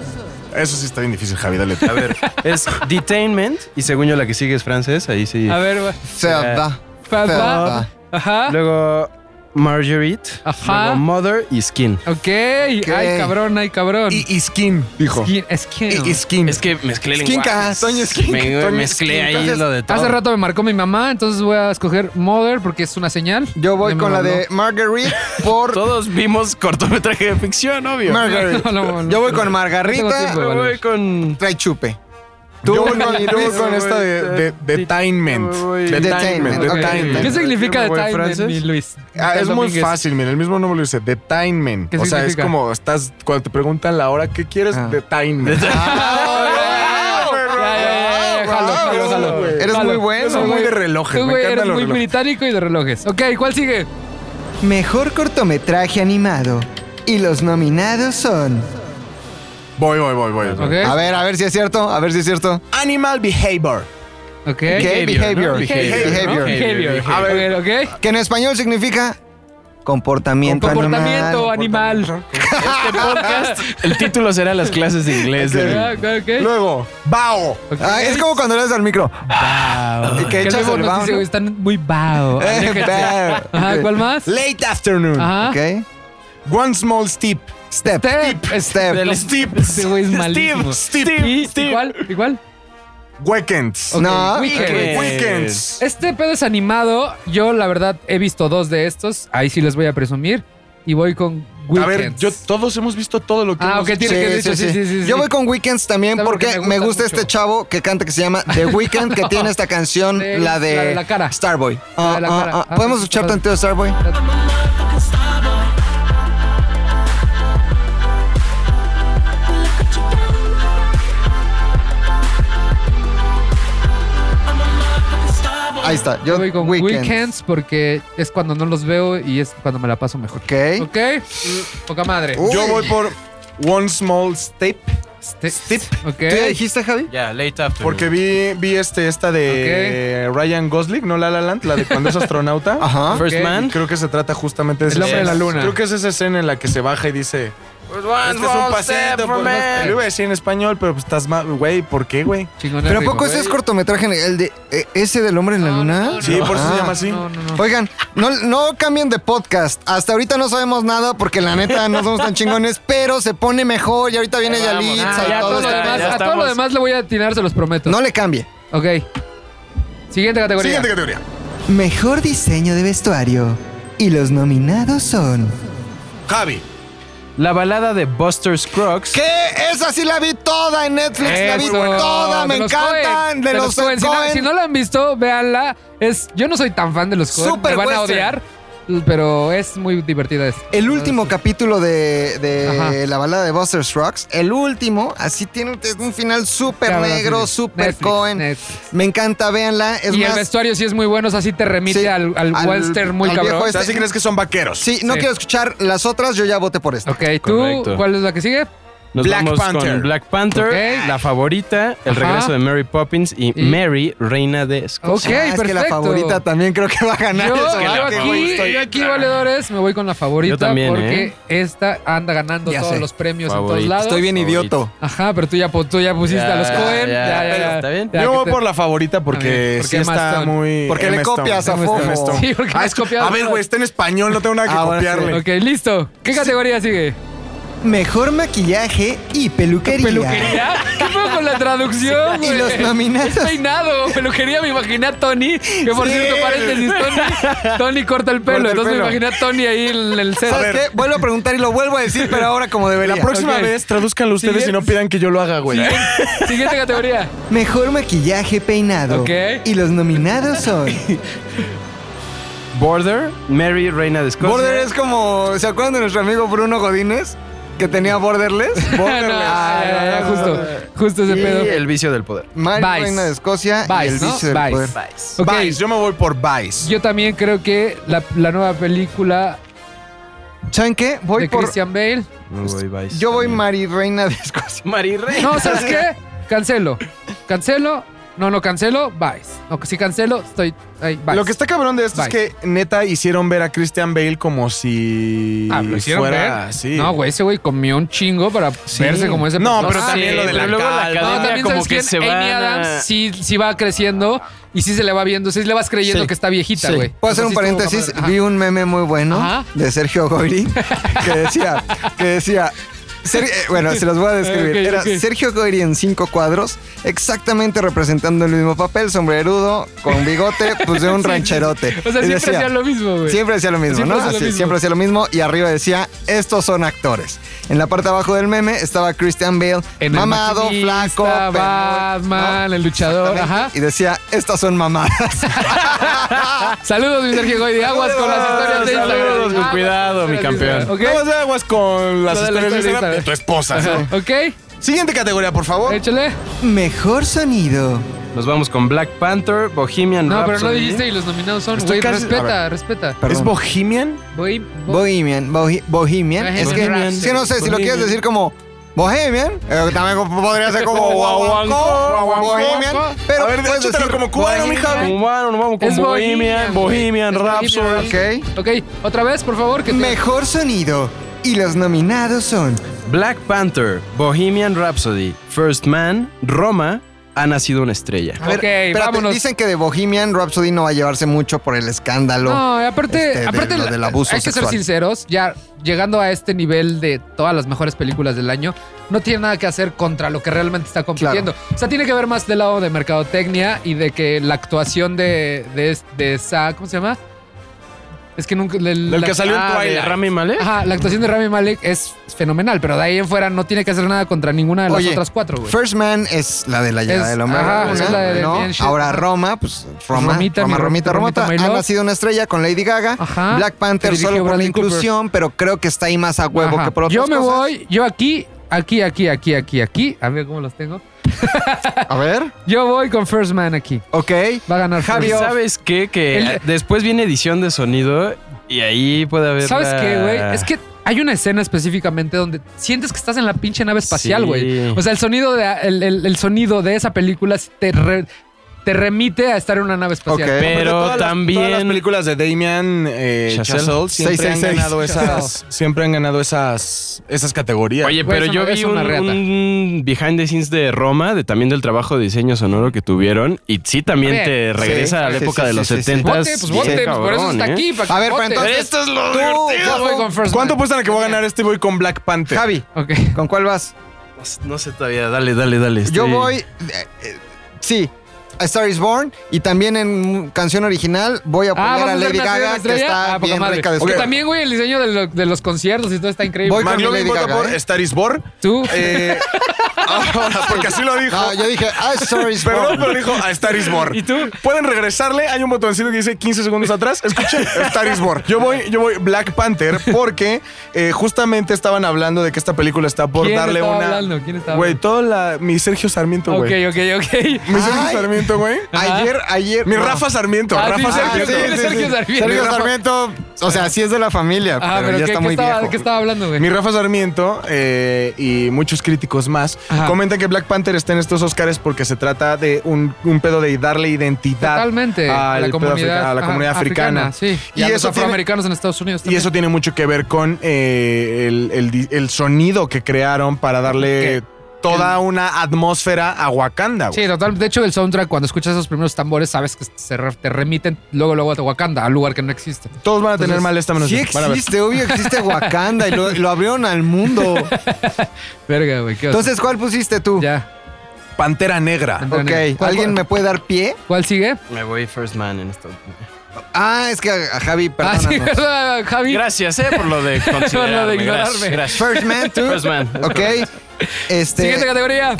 S1: Eso sí está bien difícil, Javi, dale. A ver.
S4: Es detainment. Y según yo la que sigue es francés. Ahí sí.
S2: A ver, va.
S3: Fada.
S2: Fada. Ajá.
S4: Luego Marguerite.
S2: Ajá.
S4: Luego Mother y Skin.
S2: Ok. Ay, cabrón, ay, cabrón.
S1: Y, y Skin, dijo.
S2: Skin- es que.
S1: Y, y Skin.
S4: Es que mezclé
S3: Skinca,
S4: lenguajes.
S3: Toño Skinca,
S4: Me-
S3: Toño
S4: mezclé
S3: Skinca.
S4: ahí
S3: Entonces,
S4: lo de todo.
S2: Hace rato me marcó mi mamá, entonces voy a escoger Mother porque es una señal.
S3: Yo voy
S2: Ya me
S3: con la de
S2: mandó.
S3: Marguerite por
S4: Todos vimos cortometraje de ficción, obvio.
S3: Marguerite.
S2: No, no, no.
S3: Yo voy con
S2: No tengo
S3: Margarita.
S2: tiempo.
S4: Yo voy con...
S3: Trae chupe.
S1: yo voy con,
S3: Luis,
S1: yo voy con esta de, de, de Detainment.
S4: Voy-
S1: Detainment.
S3: Detainment, ok.
S1: Detainment.
S2: ¿Qué significa
S4: Yo me voy
S2: Time,
S4: francés.
S2: mi Luis?
S1: Ah, es muy
S2: Tal Domínguez.
S1: fácil, mira, el mismo nombre lo dice, detainment.
S2: ¿Qué
S1: o sea,
S2: significa?
S1: es como estás, cuando te preguntan la hora, ¿qué quieres?
S3: Ah.
S1: Detainment.
S2: Ah,
S1: Ah,
S2: ya, ya, ya, ya, jalo,
S1: bravo,
S2: jalo, jalo.
S1: güey.
S3: Eres
S2: Jalo.
S3: muy bueno.
S1: Eso es muy de relojes,
S2: Tú,
S1: me
S2: güey,
S1: encantan
S2: eres
S1: los
S2: muy
S1: relojes.
S2: británico y de relojes. Ok, ¿cuál sigue?
S3: Mejor cortometraje animado. Y los nominados son.
S1: Voy, voy, voy, voy.
S2: Ok.
S3: A ver, a ver si es cierto. A ver si es cierto.
S1: Animal behavior.
S2: Ok.
S3: ¿Qué? Behavior,
S4: ¿no?
S3: behavior,
S2: ¿no?
S3: behavior.
S2: Behavior.
S1: A ver.
S2: ok. ok.
S3: Que en español significa. Comportamiento,
S2: Comportamiento
S3: animal.
S2: animal.
S4: Este podcast, el título será las clases de inglés. del-
S2: Ah, ok, ok.
S1: Luego, bao.
S2: Ok.
S3: Ah, es como cuando le das al micro. Y
S2: Que
S3: que echas
S2: luego
S3: el
S2: nos
S3: bao,
S2: dice,
S3: ¿no?
S2: güey, Están muy bao.
S3: Eh, bao.
S2: Ajá, ¿cuál más?
S1: Late afternoon.
S2: Ajá.
S3: Ok.
S1: One small step.
S3: Step.
S2: Step.
S3: Step.
S2: Step.
S4: del-
S1: Step.
S2: Este güey es malísimo.
S1: Step.
S2: ¿Y
S1: Step.
S2: igual? ¿Igual?
S1: Weekends.
S2: Ok,
S3: No.
S2: Wicked.
S1: Weekends.
S2: Este pedo es animado. Yo, la verdad, he visto dos de estos. Ahí sí les voy a presumir. Y voy con Weekends.
S1: A ver, yo, todos hemos visto todo lo que
S2: Ah,
S1: hemos
S2: ok, tiene que decir. Sí, sí, sí. sí,
S3: Yo
S2: sí.
S3: voy con Weekends también
S2: Sabe
S3: porque me gusta
S2: mucho.
S3: este chavo que canta que se llama The Weeknd, que tiene esta canción,
S2: Sí,
S3: la de
S2: la de la cara.
S3: Starboy.
S2: La de la
S3: Ah,
S2: cara.
S3: ah, ah.
S2: Ah,
S3: ¿Podemos
S2: sí,
S3: escuchar
S2: perdón.
S3: tantito de Starboy? Ahí está, yo,
S2: Yo voy con
S3: Weeknd.
S2: weekends. porque es cuando no los veo y es cuando me la paso mejor.
S3: Ok.
S2: ¿Ok? Mm, Poca madre.
S3: Uh,
S1: Yo
S3: Uy.
S1: voy por One Small Step
S2: Este-
S1: Step.
S2: ¿Ok?
S3: ¿Tú ya dijiste, Javi?
S4: Yeah, late after.
S1: porque vi, vi este, esta de Ryan Gosling, no La La Land, la de cuando es astronauta.
S3: Ajá.
S4: First
S2: Ok.
S1: Y
S4: man.
S1: Creo que se trata justamente de
S2: El
S1: esa
S2: hombre de la
S1: escena.
S2: luna.
S1: Creo que es esa escena en la que se baja y dice:
S3: Pues
S1: Este es un pasito por más- Lo iba a decir en español, pero pues estás mal. Güey, ¿por qué, güey?
S2: Chingón,
S3: Pero ¿a
S2: rico,
S3: poco ese
S2: güey.
S3: es cortometraje, el de eh, ese del hombre en la
S2: No,
S3: luna.
S2: no, no,
S1: Sí, por eso
S3: Ah.
S1: se llama así.
S2: No, no, no.
S3: Oigan, no, no cambien de podcast. Hasta ahorita no sabemos nada porque la neta no somos tan chingones, pero se pone mejor y ahorita viene
S4: Ya vamos,
S3: Yalitza
S4: ah,
S3: y
S2: ya,
S3: todo
S2: todo lo
S3: este
S2: demás,
S4: ya
S2: a todo
S4: estamos.
S2: lo demás le voy a atinar, se los prometo.
S3: pedo. No le cambie.
S2: Ok. Siguiente categoría.
S1: Siguiente categoría.
S3: Mejor diseño de vestuario. Y los nominados son.
S1: Javi.
S4: La balada de Buster Scruggs.
S3: ¿Qué? Esa sí la vi toda en Netflix, la vi
S2: Eso,
S3: toda, me
S2: de los
S3: encantan.
S2: Coen,
S3: De los
S2: Coen. Si, no,
S3: Coen.
S2: si no la han visto, véanla. Es, yo no soy tan fan de los Coen,
S3: Super
S2: me van a
S3: western.
S2: odiar, pero es muy divertida. Es.
S3: El último capítulo de, de
S2: Ah, Ajá.
S3: la balada de Buster Rocks, el último, así tiene un, un final súper
S2: Cabrón,
S3: negro,
S2: sí.
S3: súper
S2: Netflix,
S3: Cohen.
S2: Netflix.
S3: Me encanta, véanla. Es
S2: y el
S3: más,
S2: vestuario sí es muy bueno, o sea, sí te remite
S3: Sí,
S2: al, al,
S3: al-
S2: western muy
S3: al
S2: cabrón.
S3: viejo
S1: O sea,
S3: Este-
S1: ¿sí crees que son vaqueros?
S3: Sí, no
S2: Sí.
S3: quiero escuchar las otras, yo ya voté por esta.
S2: Ok, ¿tú
S4: Correcto.
S2: cuál es la que sigue?
S4: Nos
S1: Black
S4: vamos
S1: Panther.
S4: con Black Panther,
S2: Ok.
S4: la favorita, el
S2: Ajá.
S4: regreso de Mary Poppins y,
S2: Y-
S4: Mary, reina de
S2: Ok,
S4: Escocia.
S3: Ah, es
S2: perfecto.
S3: que la favorita también creo que va a ganar.
S2: Yo,
S3: eso,
S2: yo
S4: la
S3: ¿verdad?
S4: favorita.
S2: aquí, yo aquí, valedores, me voy con la favorita
S4: Yo también,
S2: porque
S4: ¿eh?
S2: esta anda ganando
S3: Ya
S2: todos
S3: sé.
S2: los premios en todos
S4: Favorita.
S2: lados.
S3: Estoy bien
S4: Favorito.
S3: idioto.
S2: Ajá, pero tú ya, po- tú ya pusiste
S4: Ya,
S2: a los Cohen.
S4: ya,
S2: Ya, ya,
S4: pero
S2: ya.
S4: está bien.
S2: Ya,
S1: Yo
S2: que
S1: voy
S2: te-
S1: por la favorita porque
S2: Está bien, porque
S1: sí
S2: Emma
S1: está
S2: Stone.
S1: muy.
S3: Porque le
S1: Emma
S3: copias
S1: Stone.
S3: a Fofo.
S1: Emma Stone.
S2: Sí, porque
S1: Ah,
S2: has
S1: es-
S2: copiado
S1: A ver,
S2: todo.
S1: güey, está en español, no tengo nada que
S3: Ahora sí.
S1: copiarle.
S2: Ok, listo. ¿Qué categoría sigue?
S3: Mejor maquillaje y peluquería.
S2: ¿Peluquería? ¿Qué fue con la traducción,
S3: Y
S2: güey?
S3: los nominados.
S2: Es peinado. Peluquería me imaginé a Tony. Que por
S1: Sí.
S2: cierto, paréntesis, Tony, Tony corta el pelo.
S1: Corta el
S2: entonces
S1: pelo.
S2: me imaginé a Tony ahí en el set.
S3: ¿Sabes qué? Vuelvo a preguntar y lo vuelvo a decir, pero ahora como debería.
S1: La próxima
S2: Ok.
S1: vez tradúzcanlo ustedes
S2: Siguiente-
S1: y no pidan que yo lo haga, güey.
S2: Siguiente- Siguiente categoría.
S3: Mejor maquillaje peinado.
S2: Ok.
S3: Y los nominados son.
S4: Border, Mary, reina de Escocia.
S3: Border es como. ¿Se acuerdan de nuestro amigo Bruno Godínez? Que tenía Borderless.
S2: No,
S3: Borderless.
S1: Ah,
S2: ya, Ah, ya, ya, justo. Justo ese
S4: y
S2: pedo.
S4: el vicio del poder.
S3: Mary,
S2: Vice.
S3: reina de Escocia. y
S2: Vice,
S3: el
S2: ¿no?
S3: vicio del
S2: Vice.
S3: poder.
S4: Vice.
S2: Ok,
S1: Vice, yo me voy por Vice.
S2: Yo también creo que la, la nueva película
S3: ¿Saben qué? Voy
S2: de
S3: por.
S2: Christian Bale.
S4: Me voy Vice.
S3: Yo voy
S4: también.
S3: Mari Reina de Escocia.
S4: Mary, reina.
S2: No, ¿sabes qué? Cancelo. Cancelo. No, no cancelo. Vice. No, que si cancelo, estoy ahí. Vice.
S1: Lo que está cabrón de esto es que neta hicieron ver a Christian Bale como si
S2: Ah, ¿lo hicieron
S1: fuera
S2: ver?
S1: así.
S2: No, güey, ese güey comió un chingo para verse como ese
S1: No,
S2: personaje.
S1: pero también lo de la
S4: pero luego la
S1: calva.
S2: No,
S4: academia
S2: también
S4: como
S2: sabes
S4: que
S2: quién?
S4: se
S2: Amy
S4: va.
S2: Adams sí, sí va creciendo y sí se le va viendo, sí le vas creyendo
S3: Sí.
S2: que está viejita, güey.
S3: Puedo hacer un paréntesis. Vi un meme muy bueno
S2: Ajá.
S3: de Sergio Goyri que decía, que decía. Ser- eh, bueno, se los voy a describir.
S2: Ok,
S3: Era
S2: ok.
S3: Sergio Goyri en cinco cuadros, exactamente representando el mismo papel, sombrerudo, con bigote, pues de un rancherote.
S2: O sea,
S3: Y
S2: siempre
S3: decía-
S2: hacía lo mismo, güey.
S3: Siempre hacía lo mismo,
S2: Siempre
S3: ¿no?
S2: hacía lo
S3: Así,
S2: mismo.
S3: Siempre hacía lo mismo y arriba decía, estos son actores. En la parte de abajo del meme estaba Christian Bale,
S2: En el
S3: mamado,
S2: maquinista,
S3: flaco, peludo,
S2: Batman, el luchador,
S3: Exactamente.
S2: ajá.
S3: Y decía, estas son mamadas.
S2: Saludos, mi Sergio Goy de Aguas con las historias de Instagram.
S4: Saludos, con
S2: Aguas,
S4: cuidado, mi
S2: historias de
S4: campeón.
S2: Instagram,
S1: No de aguas con las
S2: Lo de la
S1: historias de
S2: historia
S1: Instagram
S2: de
S1: de tu esposa. ¿no?
S2: ¿Ok? ¿Ok?
S1: Siguiente categoría, por favor.
S2: Échale.
S3: Mejor sonido.
S4: Nos vamos con Black Panther, Bohemian
S2: No, pero
S4: Rhapsody.
S2: no dijiste y los nominados son.
S1: Estoy
S2: Güey,
S1: casi- a
S2: respeta, respeta.
S1: ¿Es
S3: Perdón.
S1: Bohemian?
S2: Voy. voy-
S3: Bohemian, bohi- Bohemian.
S2: Bohemian
S3: Es que,
S2: Rhapsody.
S3: es que no sé, si lo quieres
S4: Bohemian.
S3: decir como Bohemian, eh, también como- podría ser como Guaguancó,
S4: Guaguancó.
S3: Bohemian, pero
S1: a ver,
S3: puedes
S1: échatelo
S3: decir
S1: como cubano, mi Javi.
S4: Como humano, nos vamos con
S2: Es Bohemian,
S4: Bohemian, Bohemian,
S2: güey. Es Bohemian
S3: Ok.
S4: Rhapsody.
S2: Ok, otra vez, por favor. Que te-
S3: Mejor sonido. Y los nominados son
S4: Black Panther, Bohemian Rhapsody, First Man, Roma, ha nacido una estrella.
S3: A ver,
S2: Ok,
S3: espérate,
S2: vámonos.
S3: Dicen que de Bohemian Rhapsody no va a llevarse mucho por el escándalo.
S2: No, y aparte,
S3: este, de
S2: aparte
S3: lo
S2: la-
S3: del abuso
S2: hay que
S3: sexual.
S2: ser sinceros, ya llegando a este nivel de todas las mejores películas del año, no tiene nada que hacer contra lo que realmente está compitiendo. O sea, tiene que ver más del lado de mercadotecnia y de que la actuación de, de, de esa, ¿cómo se llama? Es que nunca... del-
S1: Del
S2: la-
S1: que salió en
S4: Ah, de
S1: Twilight.
S4: Rami Malek.
S2: Ajá, la actuación de Rami Malek es fenomenal, pero de ahí en fuera no tiene que hacer nada contra ninguna de las
S3: Oye,
S2: otras cuatro, güey.
S3: First Man es la de la llegada
S2: Es-
S3: del hombre.
S2: ajá,
S3: ¿no?
S2: es la de
S3: ¿No?
S2: Bien Shit.
S3: Ahora Roma, pues Roma,
S2: Romita,
S3: Roma,
S2: mi Romita,
S3: Romita, Romita.
S2: Romita, my
S3: ha
S2: love.
S3: nacido una estrella con Lady Gaga.
S2: Ajá.
S3: Black
S2: Que
S3: Panther
S2: dirigió
S3: solo por la
S2: Bradley Cooper.
S3: inclusión, pero creo que está ahí más a huevo
S2: Ajá.
S3: que por otras
S2: Yo me
S3: cosas.
S2: voy, yo aquí, aquí, aquí, aquí, aquí, aquí. A ver cómo los tengo.
S3: A ver,
S2: Yo voy con First Man aquí.
S3: ok.
S2: Va a ganar
S4: ¿Y
S2: Javier.
S4: Pues ¿Sabes qué? Que
S2: El-
S4: después viene edición de sonido y ahí puede haber.
S2: ¿Sabes
S4: la-
S2: qué, güey? Es que hay una escena específicamente donde sientes que estás en la pinche nave espacial,
S4: Sí.
S2: güey. O sea, el sonido de el, el- el sonido de esa película te, re- te remite a estar en una nave espacial.
S3: Ok.
S1: Hombre,
S4: Pero
S1: todas las-
S4: también.
S1: todas las películas de Damian eh,
S4: Chazelle.
S1: Chazelle siempre han
S3: 666.
S1: ganado esas. siempre han ganado esas. Esas categorías.
S4: Oye,
S2: Güey,
S4: pero
S2: es
S4: yo
S2: una-
S4: vi
S2: es una
S4: un,
S2: reata.
S4: un behind the scenes de Roma, de, también del trabajo de diseño sonoro que tuvieron. Y sí, también
S2: Bien.
S4: te regresa
S3: Sí,
S4: a la
S3: sí,
S4: época
S3: sí,
S4: de
S3: sí,
S4: los
S3: sí, sí.
S4: 70
S2: Vote, pues vote, pues por eso
S4: ¿eh?
S2: está aquí. para que
S3: A ver,
S2: vote.
S3: pero entonces-
S4: Esto es lo
S3: Tú,
S4: divertido.
S2: Yo voy con First
S1: ¿Cuánto
S2: Man.
S1: apuestan a que voy a ganar este? Voy con Black Panther.
S3: Javi,
S2: Ok.
S3: ¿con cuál vas?
S4: No sé todavía, dale, dale, dale.
S2: Este-
S3: Yo
S4: estoy-
S3: voy. eh, eh, sí. A Star is Born y también en canción original voy a
S2: Ah,
S3: poner
S2: vamos
S3: a
S2: a
S3: Lady
S2: ver Nacido
S3: Gaga
S2: una
S3: que
S2: estrella.
S3: está
S2: Ah, poca
S3: bien
S2: madre.
S3: rica de su
S2: Porque
S3: cuerpo.
S2: también, güey, el diseño de, lo- de los conciertos y todo está increíble.
S3: Voy
S1: Mac
S3: con
S1: Logan
S3: Lady
S1: vota
S3: Gaga,
S1: por
S3: ¿eh?
S1: Star is Born.
S2: Tú.
S1: Eh, ahora, porque así lo dijo.
S3: No, yo dije a Star is
S1: Perdón,
S3: Born.
S1: pero dijo a Star is Born.
S4: ¿Y tú?
S1: Pueden regresarle. Hay un botoncito que dice 15 segundos atrás. Escuchen, Star is Born. Yo voy, yo voy Black Panther porque eh, justamente estaban hablando de que esta película está por
S2: ¿Quién
S1: darle
S2: estaba
S1: una.
S2: hablando? ¿Quién estaba
S1: Güey, todo la. Mi Sergio Sarmiento,
S2: Ok,
S1: güey.
S2: ok, ok.
S1: Mi Sergio
S3: Ay.
S1: Sarmiento, güey.
S3: Ayer, ayer.
S1: Mi
S3: no.
S1: Rafa Sarmiento.
S2: Ah, sí,
S1: Rafa
S2: sí,
S1: Sarmiento.
S2: sí, sí, Sergio Sarmiento.
S3: Sergio Sarmiento, o sea, sí es de la familia,
S2: Ah,
S3: pero,
S2: pero,
S3: ya
S2: ¿qué,
S3: está
S2: qué
S3: muy
S2: estaba,
S3: viejo.
S2: qué estaba hablando, güey?
S1: Mi Rafa Sarmiento eh, y muchos críticos más
S2: Ajá.
S1: comentan que Black Panther está en estos Oscars porque se trata de un, un pedo de darle identidad
S2: Totalmente. A
S1: al
S2: la
S1: pedo
S2: comunidad,
S1: africa- a la
S2: ajá,
S1: comunidad africana.
S2: Sí. Y,
S1: Y
S2: a
S1: eso
S2: los
S1: tiene-
S2: afroamericanos en Estados Unidos.
S1: Y eso tiene mucho que ver con eh, el, el di- el sonido que crearon para darle toda una atmósfera a Wakanda. güey.
S2: Sí, total. De hecho, el soundtrack, cuando escuchas esos primeros tambores, sabes que se re- te remiten luego, luego a Wakanda, al lugar que no existe.
S1: Todos van a tener
S2: Entonces,
S1: mal esta menos
S3: Sí
S1: yo. Van a ver.
S3: existe, obvio existe Wakanda y lo, y lo abrieron al mundo.
S2: Verga, güey. qué oso.
S3: Entonces, ¿cuál pusiste tú?
S2: ya.
S1: Pantera Negra.
S2: Pantera
S3: Ok,
S2: Negra. ¿Cuál-
S3: ¿alguien me puede dar pie?
S2: ¿Cuál sigue? Ah,
S4: Me voy first man en esto.
S3: Ah, es que a, a Javi,
S2: Ah, sí,
S3: perdónanos.
S2: ¿verdad, Javi.
S4: Gracias, eh, por lo de considerarme.
S2: Por lo de
S4: Gracias,
S2: ignorarme.
S4: Gracias.
S3: First Man, tú.
S4: First man.
S3: Ok.
S2: Siguiente
S3: Este,
S2: categoría.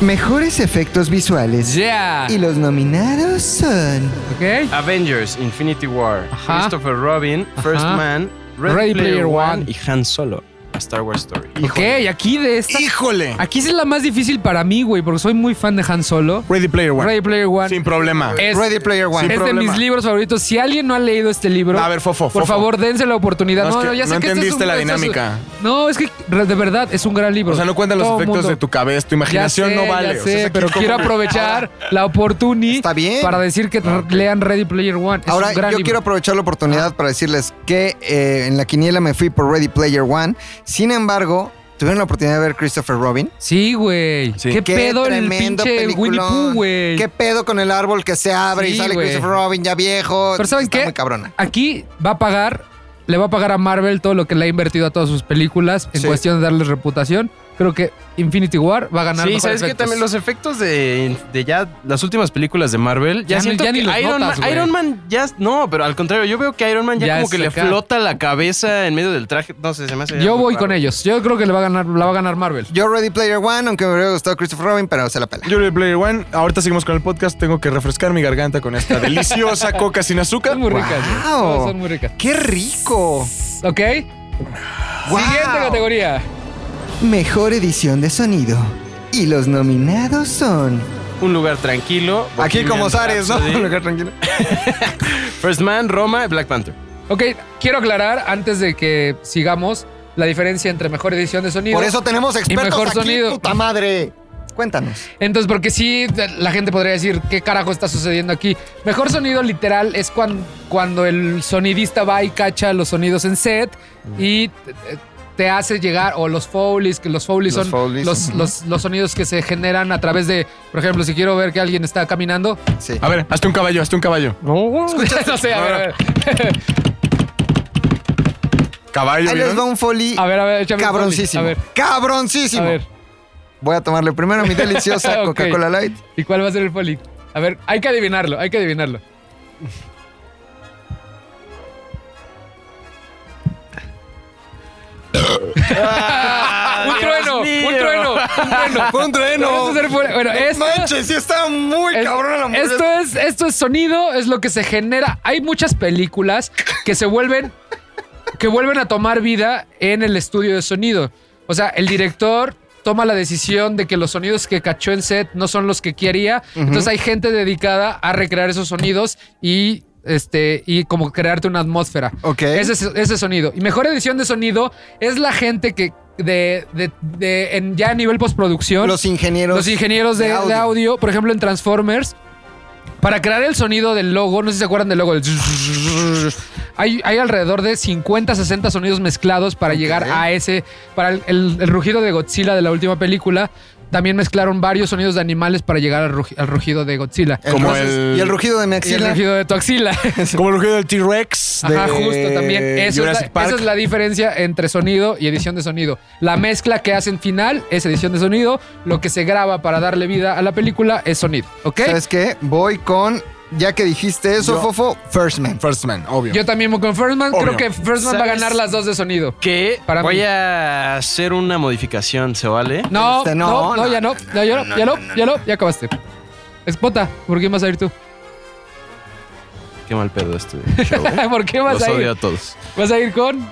S3: mejores efectos visuales.
S2: Yeah.
S3: Y los nominados son...
S2: Ok.
S4: Avengers, Infinity War,
S2: Ajá.
S4: Christopher Robin, First
S2: Ajá.
S4: Man, Red,
S2: Ready
S4: Player,
S2: Player
S4: One
S2: One.
S4: y Han Solo. A Star Wars Story.
S2: Ok, aquí de esta.
S1: ¡Híjole!
S2: Aquí sí es la más difícil para mí, güey, porque soy muy fan de Han Solo.
S1: Ready Player One.
S2: Ready Player One. Eh,
S1: Sin problema.
S2: Es-
S3: Ready Player One.
S1: Sin
S2: es de
S1: problema.
S2: mis libros favoritos. Si alguien no ha leído este libro,
S1: A ver, Fofo,
S2: por
S1: Fofo.
S2: favor, dense la oportunidad.
S1: No,
S2: No,
S1: es que
S2: no, ya sé
S1: no
S2: que este
S1: entendiste
S2: es un-
S1: la
S2: este es un-
S1: dinámica.
S2: no, es que re- de verdad es un gran libro.
S1: O sea, no cuentan los
S2: Todo
S1: efectos
S2: mundo-
S1: de tu cabeza, tu
S2: Ya
S1: imaginación
S2: sé,
S1: no vale.
S2: ya
S1: O sea, es
S2: sé,
S1: aquí
S2: pero
S1: como-
S2: quiero aprovechar la oportunidad
S3: Está bien.
S2: para decir que lean Ready Player One. Es
S3: Ahora
S2: un
S3: yo
S2: gran libro.
S3: quiero aprovechar la oportunidad para decirles que eh, en la quiniela me fui por Ready Player One. Sin embargo, tuvieron la oportunidad de ver Christopher Robin.
S2: Sí, güey.
S1: Sí.
S2: ¿Qué, pedo el
S3: tremendo
S2: pinche Winnie
S3: peliculón.
S2: Pooh, güey?
S3: Qué pedo con el árbol que se abre y
S2: Sí,
S3: sale
S2: güey.
S3: Christopher Robin ya viejo.
S2: Pero ¿saben
S3: Está
S2: qué?
S3: Muy cabrona.
S2: Aquí va a pagar, le va a pagar a Marvel todo lo que le ha invertido a todas sus películas en
S3: Sí.
S2: cuestión de darles reputación. Creo que Infinity War va a ganar.
S4: Sí,
S2: mejor
S4: sabes que
S2: efectos.
S4: también los efectos de, de ya las últimas películas de Marvel,
S2: Ya
S4: ya,
S2: ni-
S4: siento
S2: ya
S4: que
S2: ni los
S4: Iron,
S2: notas,
S4: Man,
S2: güey.
S4: Iron Man ya no, pero al contrario, yo veo que Iron Man ya,
S2: Ya
S4: como
S2: es
S4: que le
S2: acá.
S4: flota la cabeza en medio del traje, no sé, se me hace
S2: Yo
S4: muy
S2: voy
S4: raro.
S2: con ellos. Yo creo que le va a ganar, la va a ganar Marvel.
S3: Yo Ready Player One, aunque me hubiera gustado Christopher Robin, pero se la pela.
S1: Yo Ready Player One. Ahorita seguimos con el podcast. Tengo que refrescar mi garganta con esta deliciosa coca sin azúcar.
S2: Son muy ricas. güey.
S3: Wow.
S2: Todas son muy ricas.
S3: ¡Qué rico!
S2: ¿Ok?
S3: Wow.
S2: Siguiente categoría.
S3: Mejor edición de sonido. Y los nominados son...
S4: Un lugar tranquilo.
S3: Aquí
S4: Bohemian
S3: como Zares, ¿no?
S4: Rhapsody,
S3: Lugar tranquilo.
S4: First Man, Roma y Black Panther.
S2: Ok, quiero aclarar antes de que sigamos la diferencia entre mejor edición de sonido.
S3: Por eso tenemos expertos
S2: mejor
S3: aquí,
S2: sonido.
S3: puta madre. Cuéntanos.
S2: Entonces, porque sí, la gente podría decir, ¿qué carajo está sucediendo aquí? Mejor sonido literal es cuan- cuando el sonidista va y cacha los sonidos en set y eh, te hace llegar, o los Foley's, que los Foley's
S3: Los
S2: son
S3: Foleys,
S2: los,
S3: ujú.
S2: los- los sonidos que se generan a través de, por ejemplo, si quiero ver que alguien está caminando.
S3: Sí.
S1: A ver, hazte un caballo, hazte un caballo.
S2: no sé, a ver, a ver,
S1: Caballo,
S3: Ahí les va
S1: ¿vieron?
S3: un foley
S2: a ver, a ver, échame un
S3: cabroncísimo.
S2: Foley. A
S3: Cabroncísimo.
S2: ver, a ver.
S3: Voy a tomarle primero mi deliciosa
S2: Ok.
S3: Coca-Cola Light.
S2: ¿Y cuál va a ser el Foley? A ver, hay que adivinarlo, hay que adivinarlo. un trueno, un trueno, un trueno.
S3: Ah, Fue un
S2: Vamos a hacer Foley. Bueno, esto,
S3: Manches, sí está muy
S2: es-
S3: cabrón la mujer.
S2: esto es, esto es sonido, es lo que se genera. Hay muchas películas que se vuelven, que vuelven a tomar vida en el estudio de sonido. O sea, el director toma la decisión de que los sonidos que cachó en set no son los que quería. Entonces hay gente dedicada a recrear esos sonidos y este y como crearte una atmósfera.
S3: Ok.
S2: Ese, ese sonido. Y mejor edición de sonido es la gente que de, de- de- en- ya a nivel postproducción
S3: Los ingenieros.
S2: los ingenieros de, de audio. por ejemplo, en Transformers, para crear el sonido del logo, no sé si se acuerdan del logo, el zzzz, hay, hay alrededor de 50, 60 sonidos mezclados para llegar a ese, para el, el- el rugido de Godzilla de la última película. También mezclaron varios sonidos de animales para llegar al, rugi- al rugido de Godzilla.
S3: Entonces,
S1: Como el-
S3: Y el rugido de mi
S2: Y el
S3: axila.
S2: rugido de Toxila.
S1: Como el rugido del T-Rex.
S2: Ajá,
S1: de
S2: justo también. Eso es la-
S1: Jurassic Park.
S2: esa es la diferencia entre sonido y edición de sonido. La mezcla que hacen final es edición de sonido. Lo que se graba para darle vida a la película es sonido. ¿Ok?
S3: ¿Sabes qué? Voy con, ya que dijiste eso,
S1: Yo-
S3: Fofo, First Man.
S1: First Man, obvio.
S2: Yo también voy con Firstman.
S1: Obvio.
S2: Creo que Firstman va a
S4: ¿Sabes?
S2: ganar las dos de sonido.
S4: Que
S2: Para
S4: voy
S2: mí.
S4: a hacer una modificación, ¿se vale?
S2: No,
S3: Este, no,
S2: no, no,
S3: no,
S2: ya no. ya, ya no, ya no, ya no, ya acabaste. Espota, ¿por qué vas a ir tú?
S4: Qué mal pedo este show. ¿eh?
S2: ¿Por qué vas
S4: Los
S2: a ir?
S4: odio a todos.
S2: ¿Vas a ir con?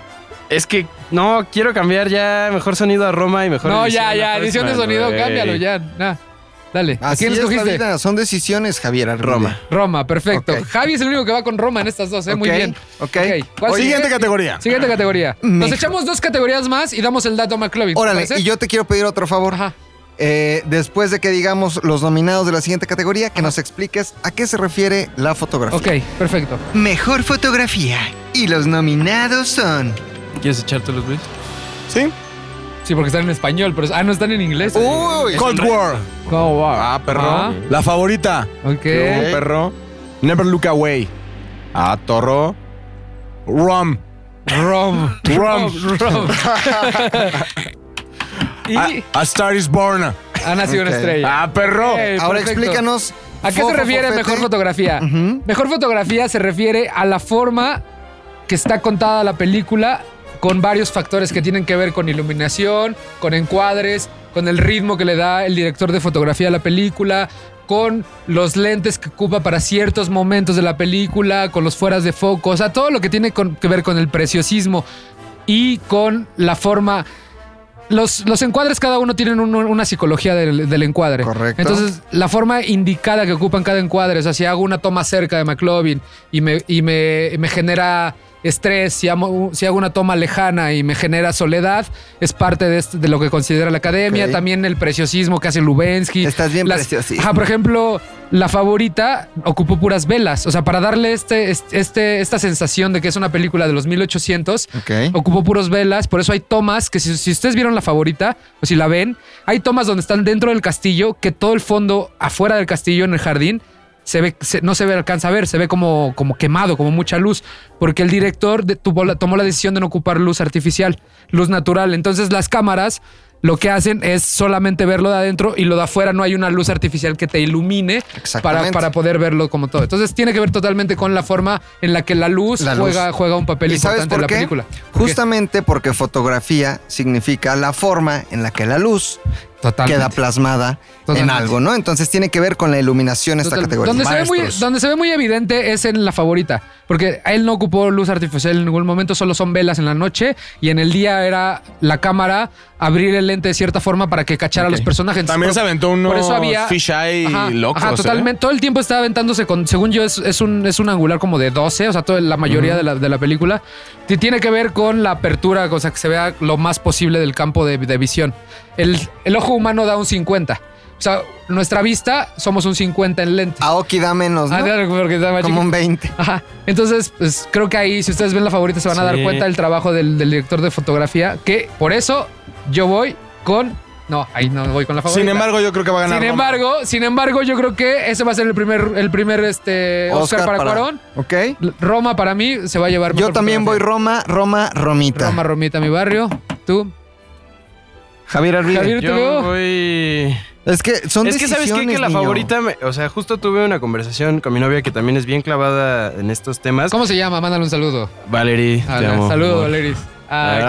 S4: Es que no, quiero cambiar ya mejor sonido a Roma y mejor.
S2: No,
S4: edición
S2: ya,
S4: a
S2: ya. Edición de
S4: Freshman,
S2: sonido,
S4: güey.
S2: cámbialo, ya. Nah. Dale. ¿A
S3: Así
S2: quién
S3: es la
S2: escogiste?
S3: vida, Son decisiones, Javier. Armide.
S4: Roma.
S2: Roma, perfecto.
S3: Ok.
S2: Javi es el único que va con Roma en estas dos, ¿eh? Muy
S3: Ok,
S2: bien.
S3: Ok.
S2: Ok, ¿cuál
S1: Oye,
S2: sigue?
S1: Siguiente categoría.
S2: Siguiente categoría. Nos
S3: Mejor.
S2: echamos dos categorías más y damos el dato a McLovin. ¿te
S3: Órale,
S2: parece?
S3: y yo te quiero pedir otro favor.
S2: Ajá.
S3: Eh, después de que digamos los nominados de la siguiente categoría, que nos expliques a qué se refiere la fotografía.
S2: Ok, perfecto.
S3: Mejor fotografía. Y los nominados son.
S4: ¿Quieres echártelos, Luis?
S1: ¿Sí?
S2: Sí, porque están en español, pero. Ah, no están en inglés.
S3: Uy,
S1: Cold War.
S2: ¿Cómo va?
S1: Ah, perro.
S2: Ah. Eh.
S1: La favorita.
S2: Ok.
S1: Luego, perro. Never Look Away. Ah, torro. Rum.
S2: Rom.
S1: Rom.
S2: Rom. y
S1: A, A Star is Born.
S2: ha nacido una
S3: Ah. Ok.
S2: estrella.
S1: Ah, perro.
S2: Ok,
S3: Ahora
S2: perfecto.
S3: explícanos.
S2: ¿A qué se
S3: Fofo
S2: refiere
S3: Fofete.
S2: mejor fotografía?
S3: Ujú.
S2: Mejor fotografía se refiere a la forma que está contada la película con varios factores que tienen que ver con iluminación, con encuadres, con el ritmo que le da el director de fotografía a la película, con los lentes que ocupa para ciertos momentos de la película, con los fueras de foco, o sea, todo lo que tiene con- que ver con el preciosismo y con la forma... Los, los encuadres cada uno tienen un- una psicología del, del encuadre.
S3: Correcto.
S2: Entonces, la forma indicada que ocupan cada encuadre, o sea, si hago una toma cerca de McLovin y me, y me, me genera estrés, si, amo- si hago una toma lejana y me genera soledad, es parte de, este- de lo que considera la academia.
S3: Ok.
S2: También el preciosismo que hace Lubensky.
S3: Estás bien
S2: Las-
S3: preciosismo.
S2: Ajá, por ejemplo, la favorita ocupó puras velas. O sea, para darle este, este, esta sensación de que es una película de los 1800,
S3: Ok.
S2: ocupó puros velas, por eso hay tomas que si, si ustedes vieron la favorita o si la ven, hay tomas donde están dentro del castillo que todo el fondo afuera del castillo en el jardín se ve, se- no se ve, alcanza a ver, se ve como, como quemado, como mucha luz, porque el director de- tuvo la- tomó la decisión de no ocupar luz artificial, luz natural. Entonces las cámaras lo que hacen es solamente verlo de adentro y lo de afuera no hay una luz artificial que te ilumine para,
S3: Exactamente.
S2: para poder verlo como todo. Entonces tiene que ver totalmente con la forma en la que la luz,
S3: La luz.
S2: Juega, juega un papel
S3: ¿Y sabes
S2: importante en
S3: por
S2: la
S3: qué?
S2: película. ¿Por qué?
S3: Justamente porque fotografía significa la forma en la que la luz
S2: Totalmente.
S3: queda plasmada en
S2: Totalmente.
S3: algo, ¿no? Entonces tiene que ver con la iluminación esta
S2: Total-
S3: categoría.
S2: Donde se, ve muy,
S1: Maestros.
S2: donde se ve muy evidente es en la favorita, porque él no ocupó luz artificial en ningún momento, solo son velas en la noche y en el día era la cámara abrir el lente de cierta forma para que cachara a los personajes.
S1: También
S2: Por-
S1: se aventó unos
S2: por eso había-
S1: fisheye
S2: Ajá,
S1: locos.
S2: ajá,
S1: ¿eh?
S2: totalmente. Todo el tiempo está aventándose con, según yo, es, es un, es un angular como de 12, o sea, toda la mayoría de, la, de la película. T- Tiene que ver con la apertura, o sea, que se vea lo más posible del campo de, de visión. El, el ojo humano da un 50. O sea, nuestra vista somos un 50 en lente.
S3: Aoki da menos, pues, ¿no?
S2: Ah, claro, porque está más
S3: Como
S2: chiquito.
S3: un 20.
S2: Ajá. Entonces, pues creo que ahí, si ustedes ven la favorita, se van a dar
S4: Sí.
S2: cuenta del trabajo del, del director de fotografía. Que por eso yo voy con. No, ahí no voy con la favorita.
S1: Sin embargo, yo creo que va a ganar.
S2: Sin
S1: Roma.
S2: embargo, sin embargo, yo creo que ese va a ser el primer, el primer este, Oscar,
S3: Oscar
S2: para,
S3: para-
S2: Cuarón.
S3: ¿Ok?
S2: L- Roma para mí se va a llevar.
S3: Yo
S2: mejor
S3: también voy
S2: fotografía.
S3: Roma, Roma, Romita.
S2: Roma, Romita, mi barrio. Tú.
S3: Javier Arvide.
S2: Javier- Yo te veo.
S4: Yo voy...
S3: Es que son
S4: Es que sabes qué?
S3: decisiones,
S4: que la
S3: niño.
S4: favorita, me- o sea, justo tuve una conversación con mi novia que también es bien clavada en estos temas.
S2: ¿Cómo se llama? Mándale un saludo.
S4: Valerie, te
S2: Ah,
S4: amo.
S2: Saludos,
S4: amor.
S2: Valeris. Ay,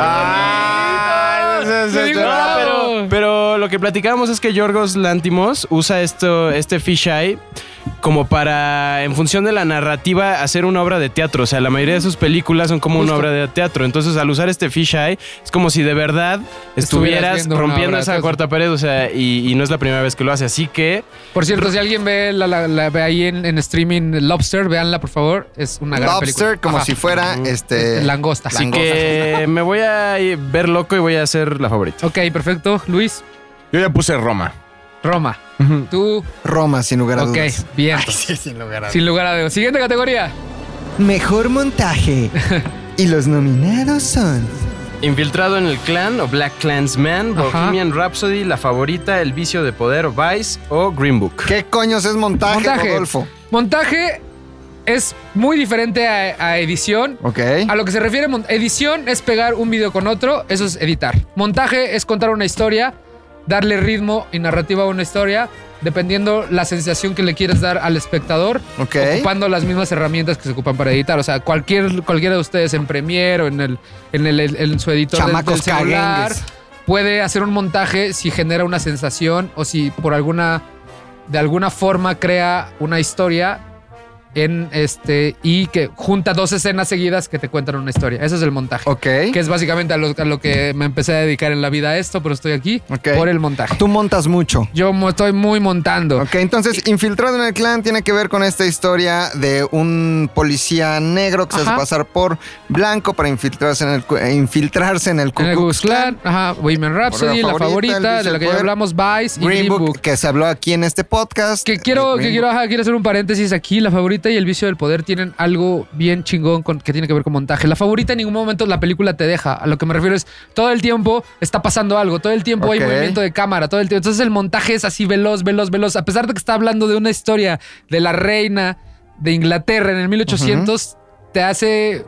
S1: Ah,
S2: qué bonito.
S1: se- se-
S2: Digo,
S1: se-
S4: Ah,
S2: bravo.
S4: pero, pero lo que platicábamos es que Yorgos Lantimos usa esto, este fisheye como para, en función de la narrativa, hacer una obra de teatro. O sea, la mayoría de sus películas son como
S2: Justo.
S4: una obra de teatro. Entonces, al usar este fisheye, es como si de verdad
S2: Estuvieras
S4: estuvieras
S2: viendo una obra
S4: rompiendo
S2: de
S4: esa
S2: teatro.
S4: cuarta pared. O sea, y, y no es la primera vez que lo hace. Así que,
S2: Por cierto, si alguien ve, la, la- la- ve ahí en, en streaming Lobster, véanla, por favor. Es una gran película.
S3: Lobster, como
S2: Ajá.
S3: si fuera este.
S2: Langosta.
S4: así que me voy a ir- ver loco y voy a hacer la favorita.
S2: Ok, perfecto. Luis,
S1: Yo ya puse Roma.
S2: Roma. Tú.
S3: Roma, sin lugar a
S2: Ok,
S3: dudas.
S2: bien.
S3: Sí, sin lugar a
S2: Sin lugar a dudas. Siguiente categoría.
S3: Mejor montaje. y los nominados son.
S4: Infiltrado en el clan o Black Clansman,
S2: Ajá.
S4: Bohemian Rhapsody, La Favorita, El Vicio de Poder o Vice o Green Book.
S3: ¿Qué coños es montaje,
S2: Montaje.
S3: Rodolfo?
S2: Montaje es muy diferente a, a edición.
S3: Ok.
S2: A lo que se refiere mon- edición es pegar un video con otro, eso es editar. Montaje es contar una historia, darle ritmo y narrativa a una historia, dependiendo la sensación que le quieres dar al espectador.
S3: Ok.
S2: ocupando las mismas herramientas que se ocupan para editar. O sea, cualquier, cualquiera de ustedes en Premiere o en, el, en, el, en su editor del, del
S3: Chamacos
S2: celular
S3: caguengues.
S2: puede hacer un montaje si genera una sensación o si por alguna de alguna forma crea una historia en este y que junta dos escenas seguidas que te cuentan una historia. Eso es el montaje.
S3: Ok.
S2: Que es básicamente a lo, a lo que me empecé a dedicar en la vida a esto, pero estoy aquí
S3: Ok.
S2: por el montaje.
S3: Tú montas mucho.
S2: Yo mo- estoy muy montando.
S3: Ok, entonces, infiltrado en el clan tiene que ver con esta historia de un policía negro que se
S2: Ajá.
S3: hace pasar por blanco para infiltrarse en el, cu- eh, infiltrarse en el Ku
S2: En el Ku
S3: Klux
S2: Klux Klan, ajá, Women Rhapsody, la
S3: Favorita,
S2: favorita,
S3: El Vicio
S2: de la
S3: del
S2: que ya
S3: Poder,
S2: hablamos, Vice y
S3: Green Book, que se habló aquí en este podcast.
S2: Que quiero,
S3: Green
S2: que quiero, ajá, quiero hacer un paréntesis aquí. La favorita y el vicio del poder tienen algo bien chingón con- que tiene que ver con montaje. La favorita en ningún momento la película te deja. A lo que me refiero es todo el tiempo está pasando algo, todo el tiempo
S3: Ok.
S2: hay movimiento de cámara, todo el tiempo. Entonces el montaje es así veloz, veloz, veloz. A pesar de que está hablando de una historia de la reina de Inglaterra en el 1800, te hace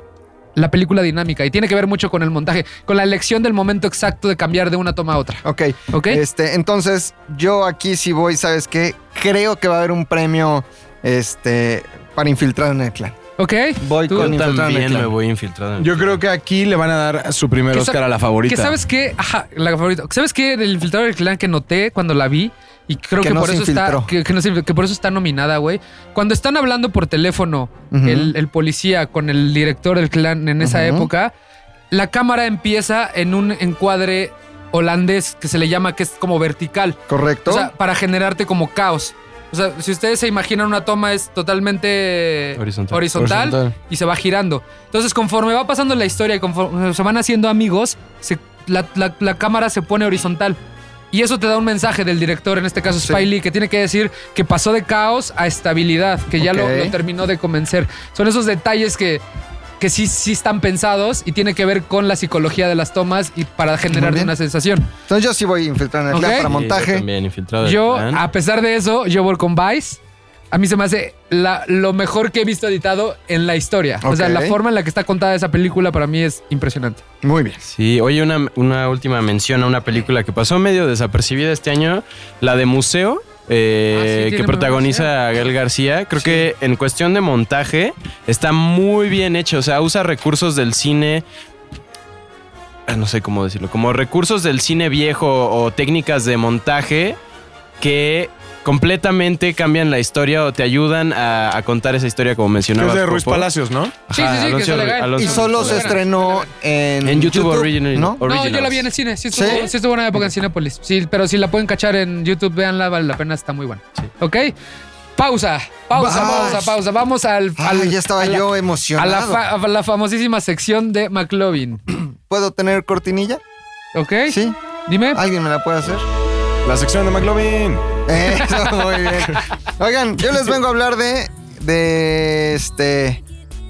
S2: la película dinámica y tiene que ver mucho con el montaje, con la elección del momento exacto de cambiar de una toma a otra.
S3: Book. Ok.
S2: ¿Ok?
S3: Este, entonces, yo aquí sí voy, ¿sabes qué? Creo que va a haber un premio este, para infiltrado en el clan.
S2: ¿Ok?
S3: Voy
S2: Tú-
S3: con infiltrado
S4: Yo
S3: en el
S4: también
S3: clan.
S4: me voy infiltrado. en el
S1: Yo
S4: clan.
S1: creo que aquí le van a dar su primer
S2: Que sa-
S1: Oscar a la favorita.
S2: Que sabes que, ajá, la favorita. ¿Sabes qué? El infiltrador del clan que noté cuando la vi y creo que,
S3: Que no
S2: por
S3: se
S2: eso está
S3: infiltró.
S2: que, que no se infil- que por eso está nominada, güey. Cuando están hablando por teléfono
S3: Ujú.
S2: el, el policía con el director del clan en esa
S3: Ujú.
S2: época, la cámara empieza en un encuadre holandés que se le llama que es como vertical.
S3: ¿Correcto?
S2: O sea, para generarte como caos. O sea, si ustedes se imaginan una toma es totalmente
S4: Horizontal.
S2: horizontal
S1: Horizontal.
S2: y se va girando. Entonces, conforme va pasando la historia y conforme se van haciendo amigos, se- la, la- la cámara se pone horizontal. Y eso te da un mensaje del director, en este caso
S3: Sí.
S2: Spiley, que tiene que decir que pasó de caos a estabilidad, que ya lo,
S3: Ok.
S2: lo terminó de convencer. Son esos detalles que, que sí, sí están pensados y tiene que ver con la psicología de las tomas y para generarte
S3: bien.
S2: una sensación.
S3: entonces yo sí voy infiltrado en
S2: Ok.
S3: el clan para
S4: Sí, yo
S3: montaje.
S4: también infiltrado. en
S2: Yo,
S4: el clan.
S2: a pesar de eso, yo voy con Vice. A mí se me hace la- lo mejor que he visto editado en la historia. O sea,
S3: Ok.
S2: la forma en la que está contada esa película para mí es impresionante.
S3: Muy bien.
S4: Sí, oye, una, una última mención a una película que pasó medio desapercibida este año, la de Museo, eh,
S2: Ah, sí, tiene
S4: que
S2: muy
S4: protagoniza a Gael García. Creo que en cuestión de montaje está muy bien hecho, o sea, usa recursos del cine. ah, No sé cómo decirlo, como recursos del cine viejo o técnicas de montaje que completamente cambian la historia o te ayudan a, a contar esa historia como
S1: Que
S4: mencionabas.
S1: es de Ruiz
S4: Popo.
S1: Palacios, ¿no?
S2: Sí, sí, sí, que sale Gael.
S4: Alonso
S3: Y
S2: Entonces,
S3: solo
S4: Ruiz
S3: se
S4: Palacios.
S3: estrenó en,
S4: En YouTube, Original.
S3: ¿no?
S2: No, yo la vi en el cine. Sí estuvo,
S3: ¿Sí?
S2: sí estuvo una época en Cinepolis. Sí, pero si la pueden cachar en YouTube, véanla, vale la pena, está muy buena. ¿Ok? Pausa, pausa,
S3: Vas.
S2: pausa, pausa. Vamos al.
S4: Ah,
S2: al-
S3: Ay, Ah, ya estaba
S2: a la-
S3: yo
S2: a la,
S3: emocionado.
S2: fa- a la famosísima sección de McLovin.
S3: ¿Puedo tener cortinilla?
S2: ¿Ok?
S3: Sí. Ah.
S2: Dime.
S3: ¿Alguien me la puede hacer?
S1: La sección de McLovin.
S3: Eso, muy bien. Oigan, yo les vengo a hablar de. de. este.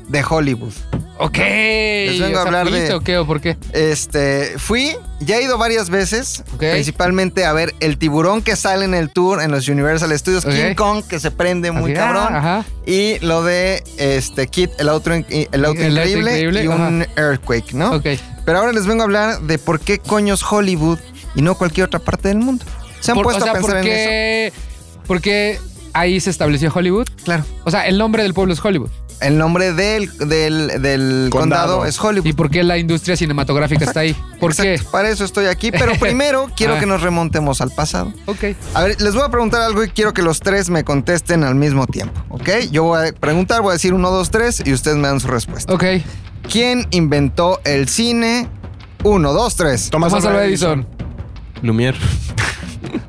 S3: de Hollywood.
S2: Ok.
S3: vengo a
S2: o sea,
S3: hablar de-
S2: ¿fuiste o qué o por qué?
S3: Este. Fui, ya he ido varias veces.
S2: Ok.
S3: Principalmente a ver el tiburón que sale en el tour en los Universal Studios.
S2: Ok.
S3: King Kong, que se prende muy
S2: Así, ah,
S3: cabrón.
S2: Ajá.
S3: Y lo de este Kit, el auto, in- el auto
S2: El auto
S3: increíble,
S2: increíble,
S3: y un earthquake, ¿no?
S2: Ok.
S3: Pero ahora les vengo a hablar de por qué coños Hollywood y no cualquier otra parte del mundo. ¿Se han
S2: Por- o
S3: puesto
S2: sea,
S3: a pensar
S2: ¿por
S3: en eso?
S2: qué, por qué ahí se estableció Hollywood?
S3: Claro.
S2: O sea, el nombre del pueblo es Hollywood.
S3: El nombre del, del, del condado.
S1: Condado.
S3: es Hollywood.
S2: ¿Y por qué la industria cinematográfica está ahí? ¿Por
S3: pues.
S2: Ah.
S3: Exacto, Para eso estoy aquí. Pero primero quiero que nos remontemos al pasado.
S2: qué? Ok.
S3: A ver, les voy a preguntar algo y quiero que los tres me contesten al mismo tiempo, ¿ok? Yo voy a preguntar, voy a decir uno, dos, tres y ustedes me dan su respuesta.
S2: Ok.
S3: ¿Quién inventó el cine? Uno, dos, tres.
S1: Tomás,
S2: Tomás Alva
S1: Alva
S2: Edison.
S4: Lumier.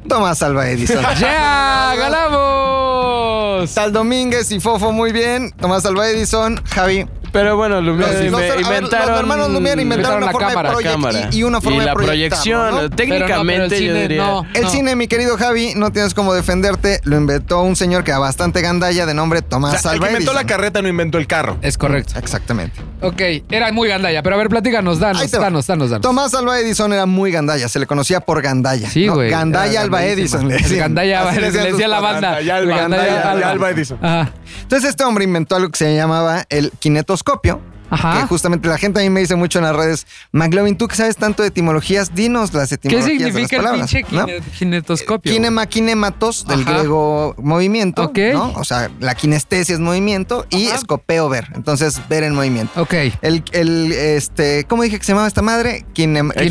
S3: Tomás Alva Edison.
S2: ¡Ya! ¡Ganamos!
S3: Sal Domínguez y Fofo, muy bien. Tomás Alva Edison, Javi.
S4: Pero bueno, Lumier
S3: Los-
S4: inve-
S3: los- a ver, los
S4: inventaron.
S3: hermanos Lumière inventaron
S2: inventaron
S3: una
S2: la
S3: forma
S2: cámara,
S3: de proyect-
S4: cámara.
S3: y, y una forma de
S4: la
S3: proyectarlo,
S4: proyección. eh,
S3: ¿no?
S4: Técnicamente,
S2: Pero no, pero el
S4: yo
S2: cine,
S4: diría.
S2: eh, no.
S3: El cine, mi querido Javi, no tienes cómo defenderte. Lo inventó un señor que era bastante gandalla de nombre Tomás
S1: O sea, el
S3: Alva
S1: que inventó la
S3: Edison.
S1: carreta no inventó el carro.
S2: Es correcto.
S3: Exactamente.
S2: Ok, era muy gandalla, pero a ver, platícanos,
S3: Ahí
S2: danos,
S3: te va.
S2: danos, danos, danos.
S3: Tomás Alva Edison era muy gandalla, se le conocía por gandalla.
S2: Sí,
S3: ¿no?
S2: güey.
S3: Gandalla
S2: Era
S3: Alba
S2: grandísima.
S3: Edison. le
S2: El
S3: decían.
S2: Gandalla
S3: Así
S2: Alba-
S3: le decían
S2: le decía
S3: sus
S2: la banda.
S1: Gandalla Alba,
S2: El
S1: Gandalla
S2: Alba.
S1: Alba Edison.
S2: Ajá.
S3: Entonces este hombre inventó algo que se llamaba el kinetoscopio.
S2: Ajá.
S3: Que justamente la gente a mí me dice mucho en las redes, McLovin, tú que sabes tanto de etimologías, dinos las
S2: ¿Qué
S3: etimologías
S2: significa
S3: de
S2: el
S3: las palabras.
S2: pinche
S3: ¿no?
S2: kine- kinetoscopio?
S3: Kinema, kinematos, del
S2: Ajá.
S3: griego movimiento,
S2: Ok.
S3: ¿no? O sea, la kinestesia es movimiento y
S2: Ajá.
S3: escopeo ver, entonces ver en movimiento.
S2: Ok.
S3: El, el, este, ¿cómo dije que se llamaba esta madre? Kinem-
S1: El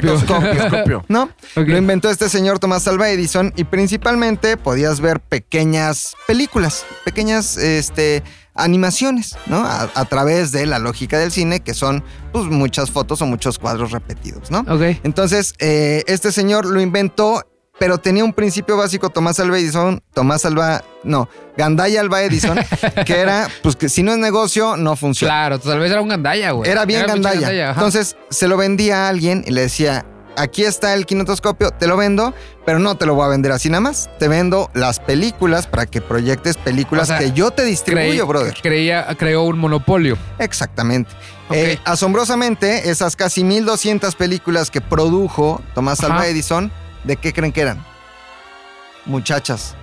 S1: kinetoscopio.
S3: ¿No?
S2: Ok.
S3: Lo inventó este señor Tomás Alva Edison y principalmente podías ver pequeñas películas, pequeñas este, animaciones, ¿no? A, a través de la lógica del cine, que son pues, muchas fotos o muchos cuadros repetidos, ¿no?
S2: Ok.
S3: Entonces, eh, este señor lo inventó, pero tenía un principio básico Tomás Alva Edison, Tomás Alva, no, Gandaya Alva Edison, que era, pues que si no es negocio, no funciona.
S2: Claro, tal vez era un gandalla, güey.
S3: Era bien
S2: mucha
S3: gandalla.
S2: ajá.
S3: Entonces, se lo vendía a alguien y le decía, aquí está el kinetoscopio, te lo vendo, pero no te lo voy a vender así nada más. Te vendo las películas para que proyectes películas
S2: O sea,
S3: que yo te
S2: Creí-
S3: distribuyo, brother.
S2: Creía, creó un monopolio.
S3: Exactamente.
S2: Ok.
S3: Eh, asombrosamente, esas casi 1200 películas que produjo Tomás
S2: Ajá.
S3: Alva Edison, ¿de qué creen que eran? Muchachas.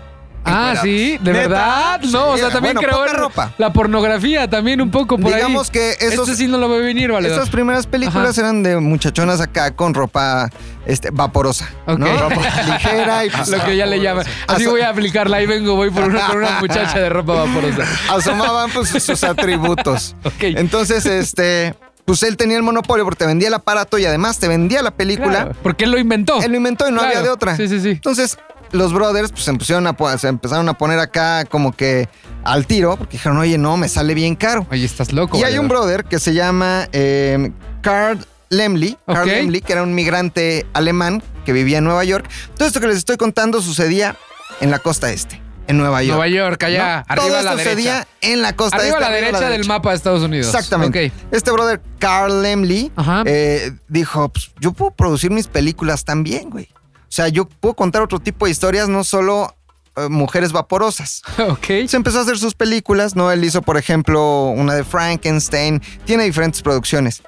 S2: Ah,
S3: encueradas.
S2: sí, de
S1: ¿Neta?
S2: verdad. No, o sea,
S3: Sí,
S2: también
S3: bueno,
S2: creó
S3: poca
S2: el-
S3: ropa.
S2: la pornografía también un poco por
S3: Digamos
S2: ahí.
S3: que
S2: Esto
S3: esos,
S2: Este sí no lo veo venir, vale.
S3: estas primeras películas eran de muchachonas acá con ropa este, vaporosa.
S2: Ok.
S3: ¿no? Ropa ligera y pues,
S2: Lo que ya le llaman. Así
S3: Aso-
S2: voy a aplicarla. Ahí vengo, voy por una, por una muchacha de ropa vaporosa.
S3: asomaban pues, sus atributos.
S2: Ok.
S3: Entonces, este, pues él tenía el monopolio porque te vendía el aparato y además te vendía la película.
S2: Claro, Porque él lo inventó.
S3: Él lo inventó y no
S2: Claro.
S3: había de otra.
S2: Sí, sí, sí.
S3: Entonces, los brothers pues, se, pusieron a po- se empezaron a poner acá como que al tiro, porque dijeron, oye, no, me sale bien caro.
S2: Oye, estás loco.
S3: Y hay
S2: valedor.
S3: un brother que se llama eh, Carl Lemley, Carl
S2: Ok.
S3: Lemley, que era un migrante alemán que vivía en Nueva York. Todo esto que les estoy contando sucedía en la costa este, en Nueva York.
S2: Nueva York, allá.
S3: ¿no?
S2: Arriba
S3: Todo
S2: a la
S3: esto sucedía
S2: derecha.
S3: en la costa
S2: Arriba a
S3: este.
S2: la derecha del mapa de Estados Unidos.
S3: Exactamente.
S2: Ok.
S3: Este brother, Carl Lemley,
S2: Ajá.
S3: eh, dijo, "Pues, yo puedo producir mis películas también, güey. O sea, yo puedo contar otro tipo de historias, no solo eh, mujeres vaporosas. Y
S2: ok.
S3: se empezó a hacer sus películas, ¿no? Él hizo, por ejemplo, una de Frankenstein, tiene diferentes producciones.